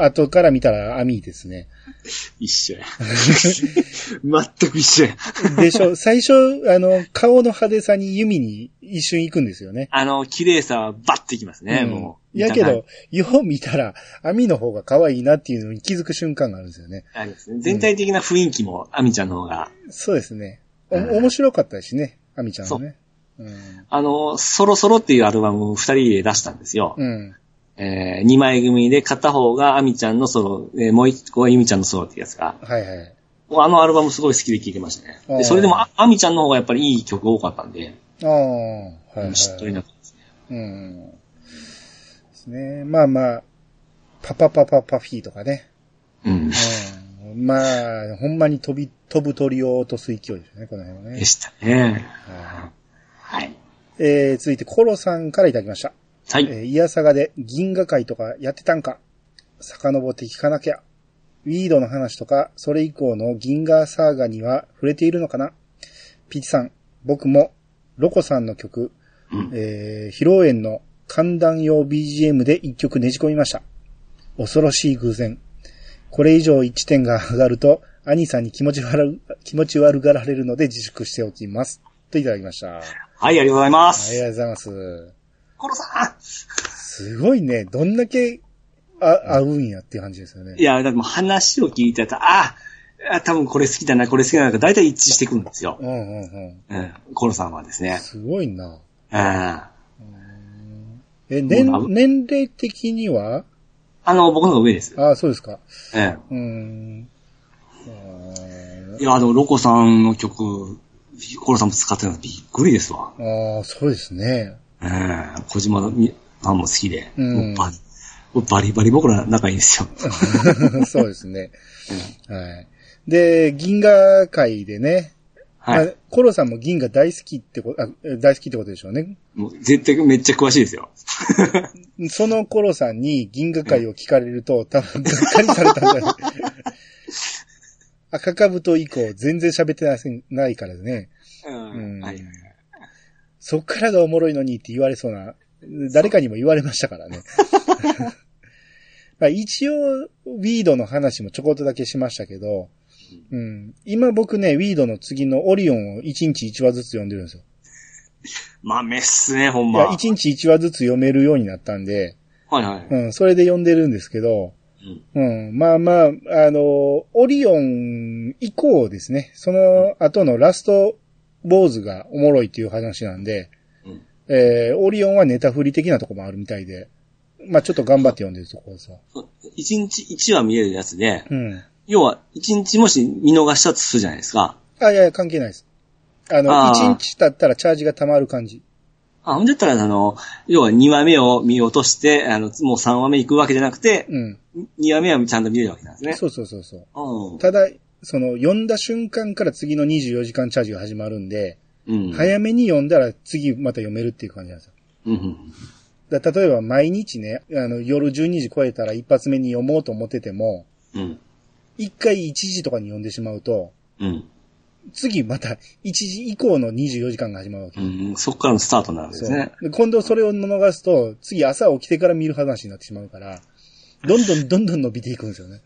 後から見たら網ですね。一 緒や。全く一緒や。でし ょ、最初、あの、顔の派手さに弓に一瞬行くんですよね。あの、綺麗さはバッていきますね、うんもう。やけ見た感ど、よう見たら、網の方が可愛いなっていうのに気づく瞬間があるんですよね。じありますね。全体的な雰囲気も、アミちゃんの方が。そうですね。お、うん面白かったしね、網ちゃんのね。うん。あの、そろそろっていうアルバムを二人で出したんですよ。うん。えー、二枚組で片方がアミちゃんのソロ、えーもう一個はユミちゃんのソロってやつが。はいはい。僕あのアルバムすごい好きで聴いてましたね。あーでそれでもあ、アミちゃんの方がやっぱりいい曲多かったんで、ああ、はい、はい。しっとりな感じですね。うん。ですね。まあまあ、パパパパパフィーとかね。うん。うん。まあ、ほんまに飛び、飛ぶ鳥を落とす勢いですね、この辺はでね。したね。ははい。いえー、続いて、コロさんからいただきました。はい。えー、イヤサガで銀河会とかやってたんか遡って聞かなきゃ。ウィードの話とか、それ以降の銀河サーガには触れているのかなピチさん、僕も、ロコさんの曲、うんえー披露宴の寒暖用 BGM で一曲ねじ込みました。恐ろしい偶然。これ以上1点が上がると、兄さんに気持ち悪、気持ち悪がられるので自粛しておきます。といただきました。あはい、ありがとうございまりす。がとうございます。コロさすごいね。どんだけ、あ、合うんやっていう感じですよねんい。や、だってもう話を聞いてたら、ああ、多分これ好きだな、これ好きだな、だいたい一致してくるんですよう。んうんうん。うん。コロさんはですね。すごいな。うん。あえ、年もう、な年齢的にはの、僕の方が上です。あそうですか。えうーん。あえ。いや、でも、ロコさんの曲、コロさんも使ってるのびっくりですわ。ーあー、そうですね。 ええ、小島みさんも好きで、うんもうばバリバリ僕ら仲いいんですよ。そうですね。はい。で、銀河界でね、はまあい。コロさんも銀河大好きってこと、あ大好きってことでしょうね。もう絶対めっちゃ詳しいですよ。そのコロさんに銀河界を聞かれると、多分がっかりされたんじゃない 赤かぶと以降全然喋ってないないからね。うんうんはいはいはいそっからがおもろいのにって言われそうな、誰かにも言われましたから ね。まあ一応、ウィードの話もちょこっとだけしましたけど、うん、今僕ね、ウィードの次のオリオンを1日1話ずつ読んでるんですよ。豆っすね、ほんいま。や、はい1日1話ずつ読めるようになったんで、はい。うん、それで読んでるんですけど、うんうん、まあまあ、あの、オリオン以降ですね、その後のラスト坊主がおもろいっていう話なんで、うんえー、オリオンはネタ振り的なとこもあるみたいで、まあちょっと頑張って読んでるところですわ。一日一話見れるやつで、うん。要は一日もし見逃したとするじゃないですか。あ、いやいや、関係ないです。あの、あー1日経ったらチャージが溜まる感じ。あ、ほんだったら、あの、要は2話目を見落として、あの、もう3話目行くわけじゃなくて、うん。 2話目はちゃんと見れるわけなんですね。そうそうそうそう。うんただ、その、読んだ瞬間から次の24時間チャージが始まるんで、うん。早めに読んだら次また読めるっていう感じなんですよ。うんうん。だ例えば毎日ね、あの、夜12時超えたら一発目に読もうと思ってても、うん。一回1時とかに読んでしまうと、うん。次また1時以降の24時間が始まるわけ。うん。そこからのスタートになるんですそうね。で今度それを逃すと、次朝起きてから見る話になってしまうから、どんどんどんどん伸びていくんですよね。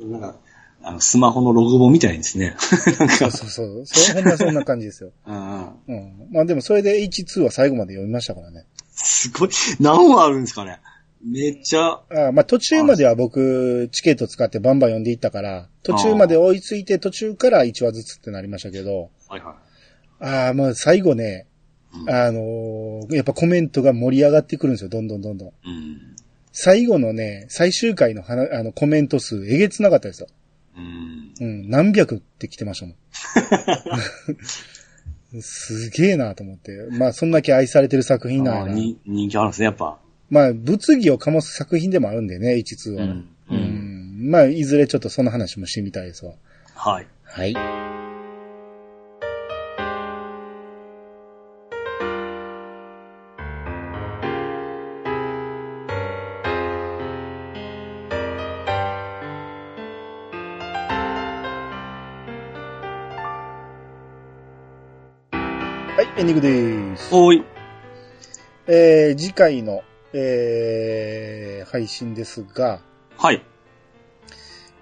なんか、あの、スマホのログ本みたいですね。なん そかう、そうそう。そうほんまそんな感じですよ。うん。うん。まあでもそれで H2 は最後まで読みましたからね。すごい。何話あるんですかね。めっちゃ、ああまあ途中までは僕、チケット使ってバンバン読んでいったから、途中まで追いついて途中から1話ずつってなりましたけど、はいはああ、まあ最後ね、うんあのーやっぱコメントが盛り上がってくるんですよ、どんどんどんどん。い。うん。最後のね、最終回の話あのコメント数、えげつなかったですよ。うん。うん、何百って来てました もん。 すげえなと思って。まあ、そんだけ愛されてる作品なんあやな。に人気あるんですね、やっぱ。まあ、物議を醸す作品でもあるんでね、H2 は。うんう。んまあ、いずれちょっとその話もしてみたいですわ。はい。はい。はい、エンディングです。おい。えー、次回の、えー、配信ですが、はい。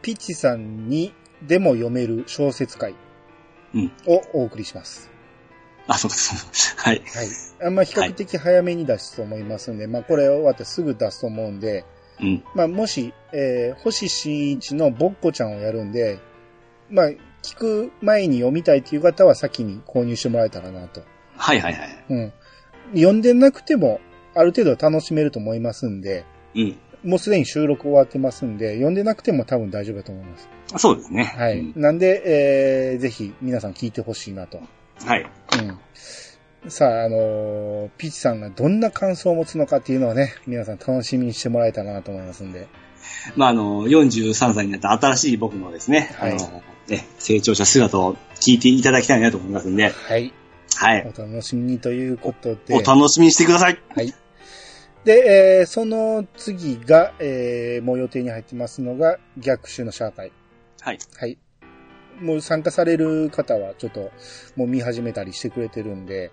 ピッチさんにでも読める小説会うんをお送りします。あ、そうか、そうか。はい。はい。あんま比較的早めに出すと思いますんで、まあこれ終わってすぐ出すと思うんで、うん。まあもし、えー、星新一のぼっこちゃんをやるんで、まあ聞く前に読みたいという方は先に購入してもらえたらなと。はいはいはい。うん。読んでなくても、ある程度楽しめると思いますんで、うん。もうすでに収録終わってますんで、読んでなくても多分大丈夫だと思います。そうですね。はい。うんなんで、えー、ぜひ皆さん聞いてほしいなと。はい。うん。さあ、あのーピッチさんがどんな感想を持つのかっていうのをね、皆さん楽しみにしてもらえたらなと思いますんで。まあ、あの、43歳になった新しい僕のですね、はいあの、ね、成長した姿を聞いていただきたいなと思いますんで、はい。はい。お楽しみにということで。お楽しみにしてください。で、えーその次が、えーもう予定に入ってますのが、逆襲のシャー会。はい。はい。もう参加される方は、ちょっと、もう見始めたりしてくれてるんで、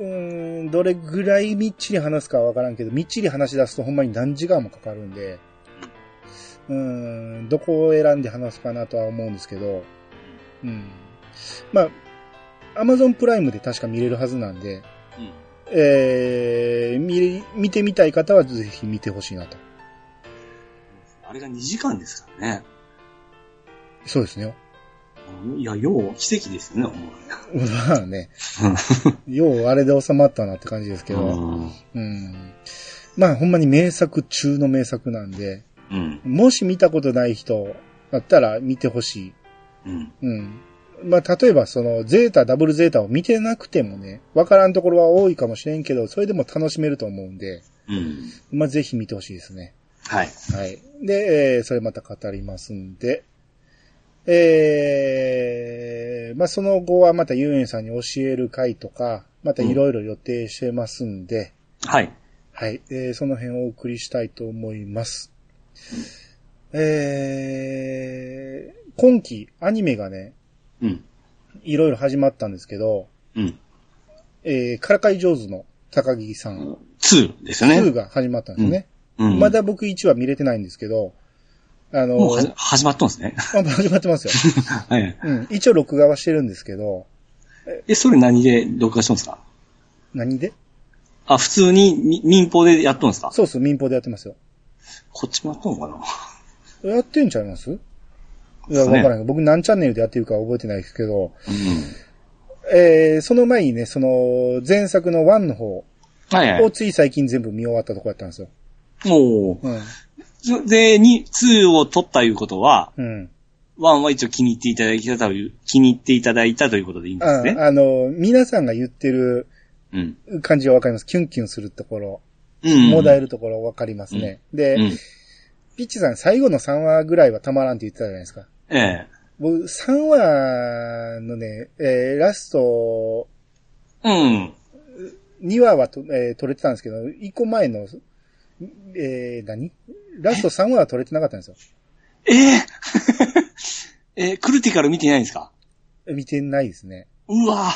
うーん、どれぐらいみっちり話すかはわからんけど、みっちり話し出すとほんまに何時間もかかるんで、うーん、どこを選んで話すかなとは思うんですけど、うん。まあ、アマゾンプライムで確か見れるはずなんで、うん。えー、見、見てみたい方はぜひ見てほしいなと。あれが2時間ですからね。そうですね。 うんいや、よう奇跡ですよね、ほんまにまあね、ようあれで収まったなって感じですけど、うんうんまあほんまに名作中の名作なんで、うん。もし見たことない人だったら見てほしうん。い。うん。まあ例えばそのゼータ、ダブルゼータを見てなくてもね、わからんところは多いかもしれんけど、それでも楽しめると思うんで、うん。まあ、ぜひ見てほしいですね。はい。はい。で、えーそれまた語りますんで、えーまあ、その後はまたゆうえんさんに教える会とか、またいろいろ予定してますんで、はい。はい、えーその辺をお送りしたいと思います。えー今期アニメがね、うん。いろいろ始まったんですけど、うん。えーからかい上手の高木さん、 2ですよね。 2が始まったんですね。うん。まだ僕1は見れてないんですけど、あの、もうはじ始まったんですね。 あ始まってますよ。はい。うん。一応録画はしてるんですけど、え、それ何で録画したんですか何であ、普通にみ民放でやっとんですかそうそう、民放でやってますよ。こっちもやっとんのかなやってんちゃいますいや、わそうかねらない。僕何チャンネルでやってるか覚えてないですけど、うん。えー、その前にね、その、前作の1の方はいはをい。つい最近全部見終わったとこやったんですよ。もうん。う、で、に、2を取ったいうことは、うん。 1は一応気に入っていただいたという、気に入っていただいたということでいいんですあね。あの、皆さんが言ってるうん。感じはわかります。キュンキュンするところ、うん。もだえるところわかりますね。で、うん。ピッチさん最後の3話ぐらいはたまらんって言ってたじゃないですか。ええ。僕、3話のね、えーラスト、うん。 2話はと、えー撮れてたんですけど、1個前の、えー何ラスト3話は撮れてなかったんですよ。ええ えークルティカル見てないんですか見てないですね。うわ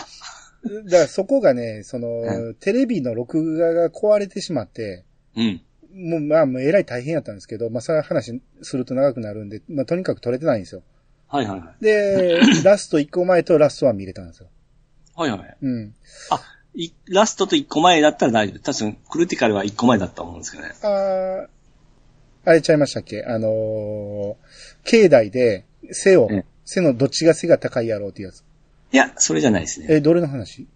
だからそこがね、その、うテレビの録画が壊れてしまって、うん。もう、まあ、もうえらい大変やったんですけど、まあ、それは話すると長くなるんで、まあ、とにかく撮れてないんですよ。はいはいはい。 で、ラスト1個前とラストは見れたんですよ。はいはいはい。うん。あ、いラストと一個前だったら大丈夫。確かに、クルティカルは一個前だったと思うんですけどね。あー、あれちゃいましたっけあのー、境内で背を、うん背のどっちが背が高いやろうっていうやつ。いや、それじゃないですね。え、どれの話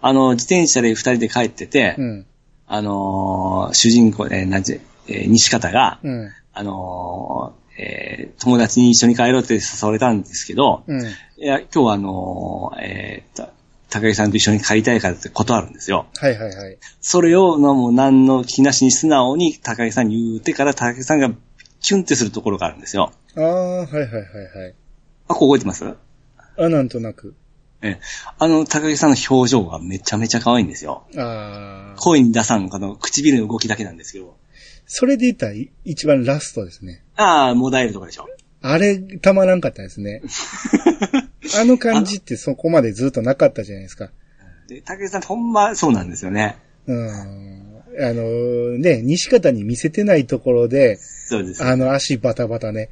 あの、自転車で二人で帰ってて、うん。あのー主人公、えーなんて、えー西方が、うん。あのーえー友達に一緒に帰ろうって誘われたんですけど、うん。いや、今日はあのーえーた高木さんと一緒に帰りたいからって断るんですよ。はいはいはい。それを、なもう何の気なしに素直に高木さんに言うてから、高木さんがキュンってするところがあるんですよ。あー、はいはいはいはい。あ、ここ覚えてますあ、なんとなく。ええあの、高木さんの表情がめちゃめちゃ可愛いんですよ。あー。声に出さん、この唇の動きだけなんですけど。それで言ったらい一番ラストですね。ああ、もだえるとかでしょ。あれ、たまらんかったです ね。あの感じってそこまでずっとなかったじゃないですか。で、高木さんほんまそうなんですよね。うん。あのーね、西方に見せてないところで、そうです。あの足バタバタね。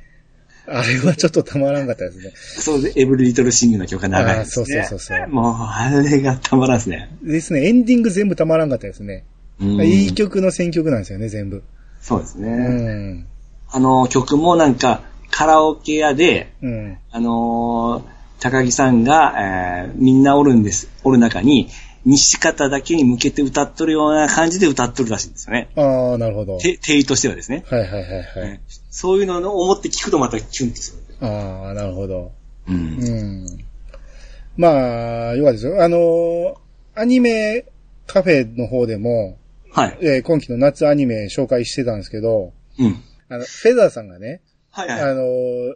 あれはちょっとたまらんかったですね。そうで、エブリリトルシングの曲が長いです、ね。あーそうそうそうそうもう、あれがたまらんですね。ですね、エンディング全部たまらんかったですね。うんいい曲の選曲なんですよね、全部。そうですね。うん。あの、曲もなんか、カラオケ屋で、うん。あのー高木さんが、えーみんなおるんです、おる中に、西方だけに向けて歌っとるような感じで歌っとるらしいんですよね。ああ、なるほど。はいて定位としてはですね。はいはいはい。そういうのを思って聞くとまたキュンとする。ああ、なるほど。う。うんん。まあ、よかったですよ。あのーアニメカフェの方でも、はい。えー今期の夏アニメ紹介してたんですけど、うん。あの、フェザーさんがね、はいあはい。のー、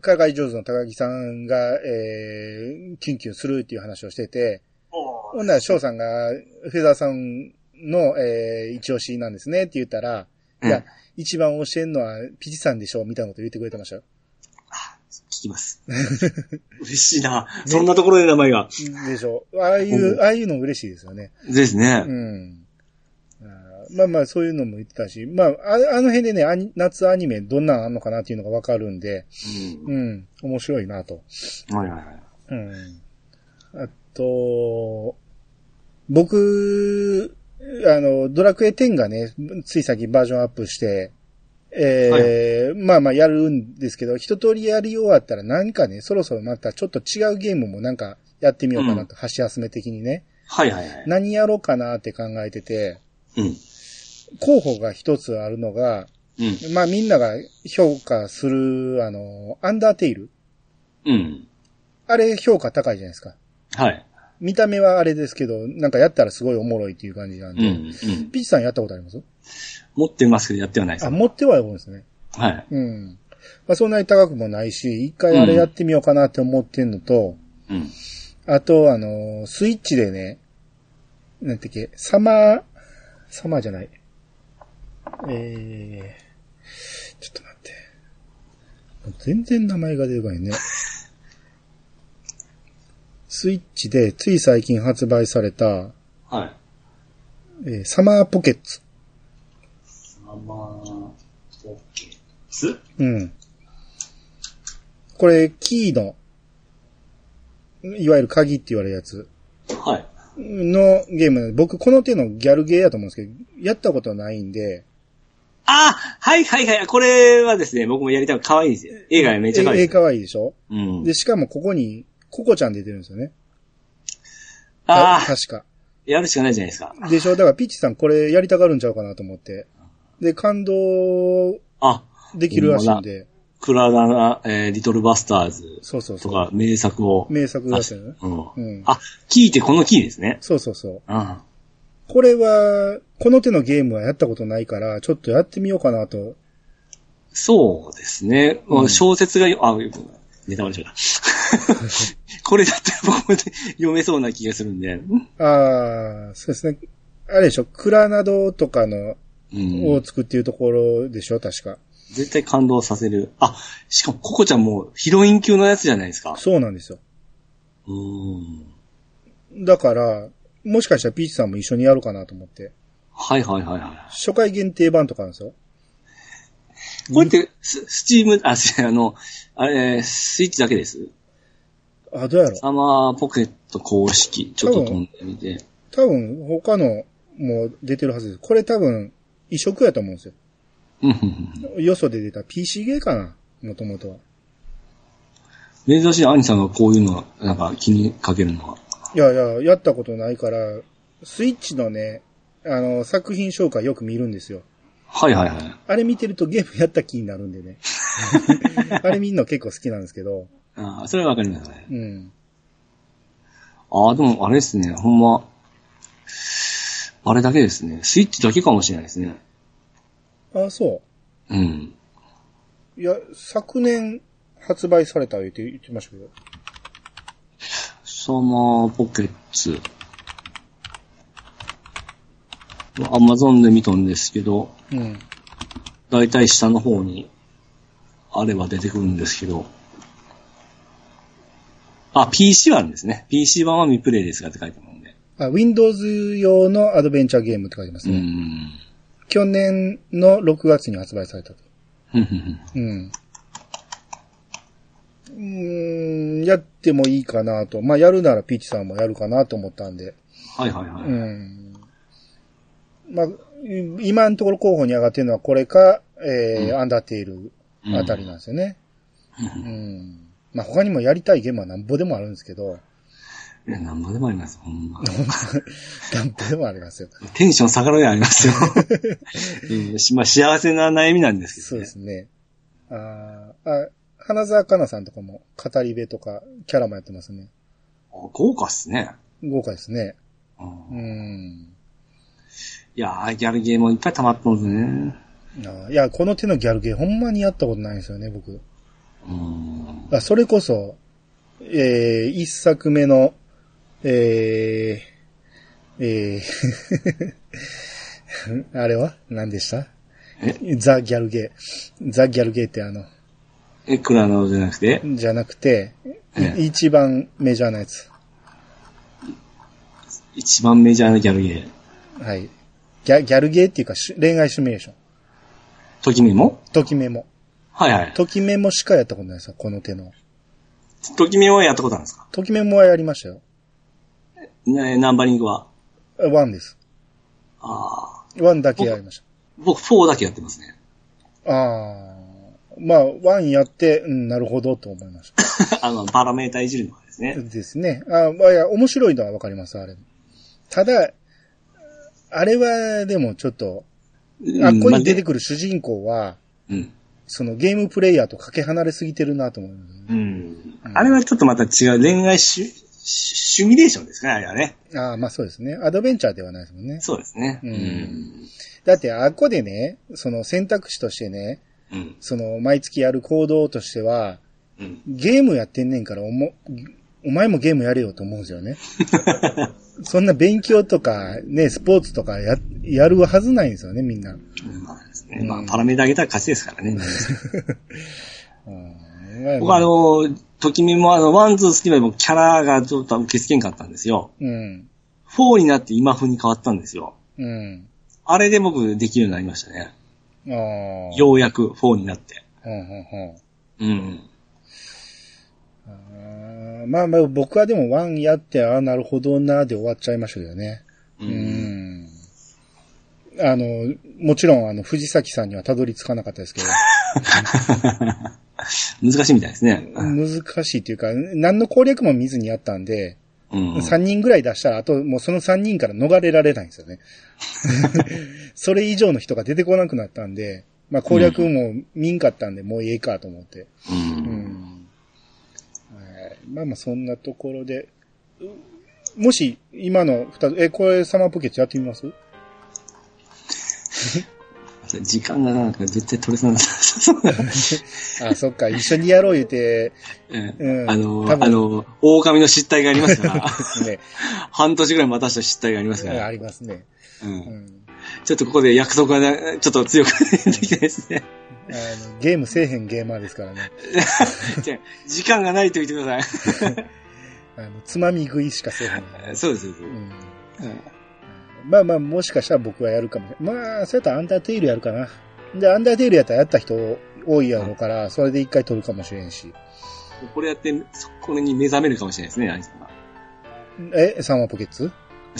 海外上手の高木さんが、えー、キュンキュンするっていう話をしてて、おーほんなら、翔さんが、フェザーさんの、えー、一押しなんですねって言ったら、うんいや、一番推してんのはピチさんでしょみたいなこと言ってくれてましたよ。聞き ます。嬉しいな。そんなところで名前が。でしょああいうう、んああいうの嬉しいですよね。ですねう。ん。あーまあまあ、そういうのも言ってたし、まあ、ああの辺でね、アニ夏アニメどんなんあんのかなっていうのがわかるんで、うん、面白いなと。うん。はいはいはい。うん。あと、僕、あの、ドラクエ10がね、つい先バージョンアップして、えーまあまあやるんですけど、一通りやり終わったら何かね、そろそろまたちょっと違うゲームもなんかやってみようかなと、箸休め的にね。はいはいはい。何やろうかなって考えてて、うん。候補が一つあるのが、うん。まあみんなが評価する、あの、アンダーテイル。うん。あれ評価高いじゃないですか。はい。見た目はあれですけど、なんかやったらすごいおもろいっていう感じなんうん、で。うん。ピッチさんやったことあります持ってますけどやってはないですあ、。持ってはよるんですね。はい。うん。まあ、そんなに高くもないし、一回あれやってみようかなって思ってんのと、うん。あと、あのースイッチでね、なんてっけ、サマー、サマーじゃない。えー、ちょっと待って。もう全然名前が出ないね。スイッチでつい最近発売された、はい。えーサマーポケッツ。ママポケッツうん。これ、キーの、いわゆる鍵って言われるやつはい。のゲームなんで、僕この手のギャルゲーやと思うんですけど、やったことないんで、あはいはいはい。これはですね、僕もやりたい。可愛いですよ。映画めっちゃ可愛いええですよ。可愛いでしょうん。で、しかもここに、ココちゃん出てるんですよね。ああ、確か。やるしかないじゃないですか。でしょだからピッチさんこれやりたがるんちゃうかなと思って。で、感動あ、できるらしいんで。クラダナ、えーリトルバスターズそうそうとそか名作を。う。名作だったよね。うん。うんあ、キーってこのキーですね。そうそうそう。うん。これは、この手のゲームはやったことないから、ちょっとやってみようかなと。そうですね。うん小説がよ、あ、よくないネタバレしち ゃった。これだったら僕も読めそうな気がするんで。うんああ、そうですね。あれでしょクラナドとかの、うんを。作っていうところでしょ確か。絶対感動させる。あ、しかもココちゃんもヒロイン級のやつじゃないですか。そうなんですよ。うん。だから、もしかしたらピーチさんも一緒にやろうかなと思って。はいはいはいは初回限定版とかあるんですよ。い。これってス、スチーム、あ、違うあの、あれ、スイッチだけです。あ、どうやろう。サマーポケット公式、ちょっと飛んでみて。多分、他のも出てるはずです。これ多分、移植やと思うんですよ。うんうんうんよそで出た PC ゲーかなもともとは。珍しいアニさんがこういうの、なんか気にかけるのは。いやいや、やったことないから、スイッチのね、あの、作品紹介よく見るんですよ。はいはいはい。あれ見てるとゲームやった気になるんでね。あれ見るの結構好きなんですけど。ああ、それはわかりますね。うん。ああ、でもあれですね、ほんま、あれだけですね。スイッチだけかもしれないですね。あ、そうん。う。いや、昨年発売された言って言ってましたけど。サマーポケッツ。アマゾンで見たんですけど、うん。だいたい下の方にあれば出てくるんですけど。あ、PC 版ですね。PC 版は未プレイですがって書いてあるんで。あ、Windows 用のアドベンチャーゲームって書いてますうね。ん。去年の6月に発売されたと。ふんふんふんうん。うーん、やってもいいかなと。まあ、やるならピーチさんもやるかなと思ったんで。はいはいはい。うん。まあ、今のところ候補に上がってるのはこれか、えーアンダーテールあたりなんですよね。うん。まあ、他にもやりたいゲームはなんぼでもあるんですけど、いや、なんぼでもあります、ほんま。なんぼでもありますよ。テンション下がるやありま すよ。うんしまあ、幸せな悩みなんですけど、ね。そうですね。あーあ、花澤香菜さんとかも語り部とかキャラもやってますね。あ豪華っすね。豪華ですね。うんうん。いやー、ギャルゲーもいっぱい溜まっとるんですね。あーいや、この手のギャルゲーほんまにやったことないんですよね、僕。うん。あそれこそ、えー、一作目の、えー、え ー、あれは何でしたザ・ギャルゲー。ザ・ギャルゲーってあの、え、クラノじゃなくて、じゃなくて、ええい一番メジャーなやつ。一番メジャーなギャルゲー。はい。ギャギャルゲーっていうか、し恋愛シミュレーション。ときめもときメモ。はいはい。ときメモしかやったことないですよ、この手の。ときめもはやったことあるんですかときメモはやりましたよ。ねナンバリングは。あワンです。ああ。ワンだけやりました。僕、4だけやってますね。 ああ。まあ、ワンやって、うん、なるほど、と思いました。あの、パラメータいじるのはですね。ですね。あまあ、いや、面白いのはわかります、あれ。ただ、あれは、でもちょっと、あっこに出てくくる主人公は、る。うん。そのゲームプレイヤーとかけ離れすぎてるなと思います。うんあれはちょっとまた違う。恋愛シシュシュミュレーションですかね、あれはね。ああ、まあそうですね。アドベンチャーではないですもんね。そうですね。ううんん。だって、あっこでね、その選択肢としてね、うん。その、毎月やる行動としては、うん。ゲームやってんねんから、おも、お前もゲームやれよと思うんです よね。そんな勉強とか、ね、スポーツとかや、やるはずないんですよね、みんな。まあですね。まうあ、んパラメータ上げたら勝ちですからね。うん 僕あ、の、ときめもあの、ワン、ツー、スリーはもうキャラがちょっと受け付けんかったんですよ。うん。フォーになって今風に変わったんですよ。うん。あれで僕できるようになりましたね。ああ。ようやくフォーになって。うんうんうん。うんあーまあまあ、僕はでもワンやって、ああ、なるほどな、で終わっちゃいましたけどね。う。うんん。あの、もちろん、あの、藤崎さんにはたどり着かなかったです けど、難しいみたいですね。難しいというか、何の攻略も見ずにやったんで、うん。 3人ぐらい出したら、あともうその3人から逃れられないんですよ ね。それ以上の人が出てこなくなったんで、まあ攻略も見んかったんで、もうええかと思って。う。うんん。はいまあまあそんなところで、うもし今の2つ、え、これサマーポケットやってみ ます時間がなんか絶対取れそうにな った。あ、そっか、一緒にやろう言うて、うんあ多の、分あの、狼の失態がありますか ら、ね、半年ぐらい待たした失態がありますかあら、りますね。ううんんちょっとここで約束がな、ちょっと強くできないですね。あのゲームせえへんゲーマーですからね。じゃあ 時間がないと言ってくださあのつまみ食いしかせえへん。い。そうです、そうです。うんうんまあまあ、もしかしたら僕はやるかもしれない。まあ、そうやったらアンダーテイルやるかな。で、アンダーテイルやったらやった人多いやろうから、それで一回取るかもしれんし。これやって、そこに目覚めるかもしれないですね、兄さんが。え、サマーポケッツ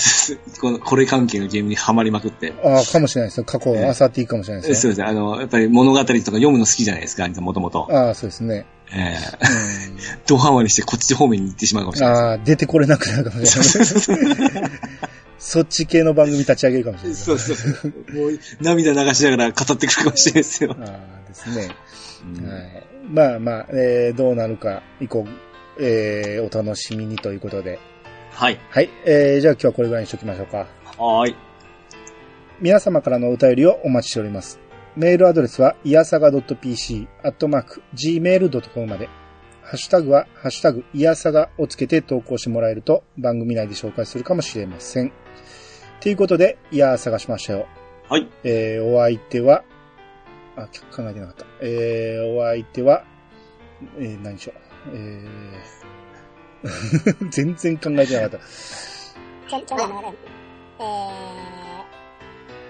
この、これ関係のゲームにはまりまくって。ああ、かもしれないですよ。過去を漁っていくかもしれないえですそうね。ですね。あの、やっぱり物語とか読むの好きじゃないですか、兄さんもともと。ああ、そうですね。ええドハマりしてこっち方面に行ってしまうかもうん、しれないああ、出てこれなくなるかもしれない。 そっち系の番組立ち上げるかもしれで ない。す。そうそうそう。もう、涙流しながら語ってくるかもしれないですよ。ああ、ですね。うんはい、まあまあ、えーどうなるか以降、えーお楽しみにということで。はい。はい。えーじゃあ今日はこれぐらいにしときましょうか。はーい。皆様からのお便りをお待ちしております。メールアドレスは、いやさが .pc、アットマーク、gmail.com まで。ハッシュタグは、ハッシュタグ、いやさがをつけて投稿してもらえると、番組内で紹介するかもしれません。ということで、いやー探しましたよ。はい。えー、お相手は、あ、き考えてなかった。えー、お相手は、えー、何でしょう。えー、 全然考えてなかった。去去年のね、え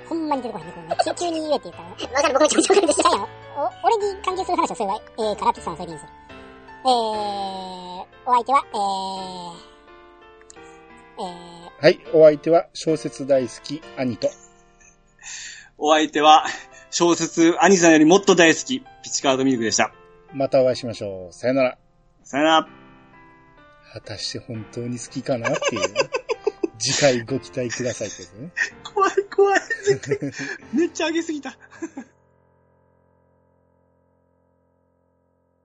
ー、ほんまに出てこないね、このね、急急に言えって言ったらね。 わかる、僕もちょっとわかるでしょ。お、俺に関係する話をすればいい、えー、からってさんはそれでいいんですよ。えー、お相手は、えー、えはい、お相手は、小説大好き、兄と。お相手は、小説、兄さんよりもっと大好き、ピチカードミルクでした。またお会いしましょう。さよなら。さよなら。果たして本当に好きかなっていう。次回ご期待くださいってことね。 怖い怖い。絶対めっちゃ上げすぎた。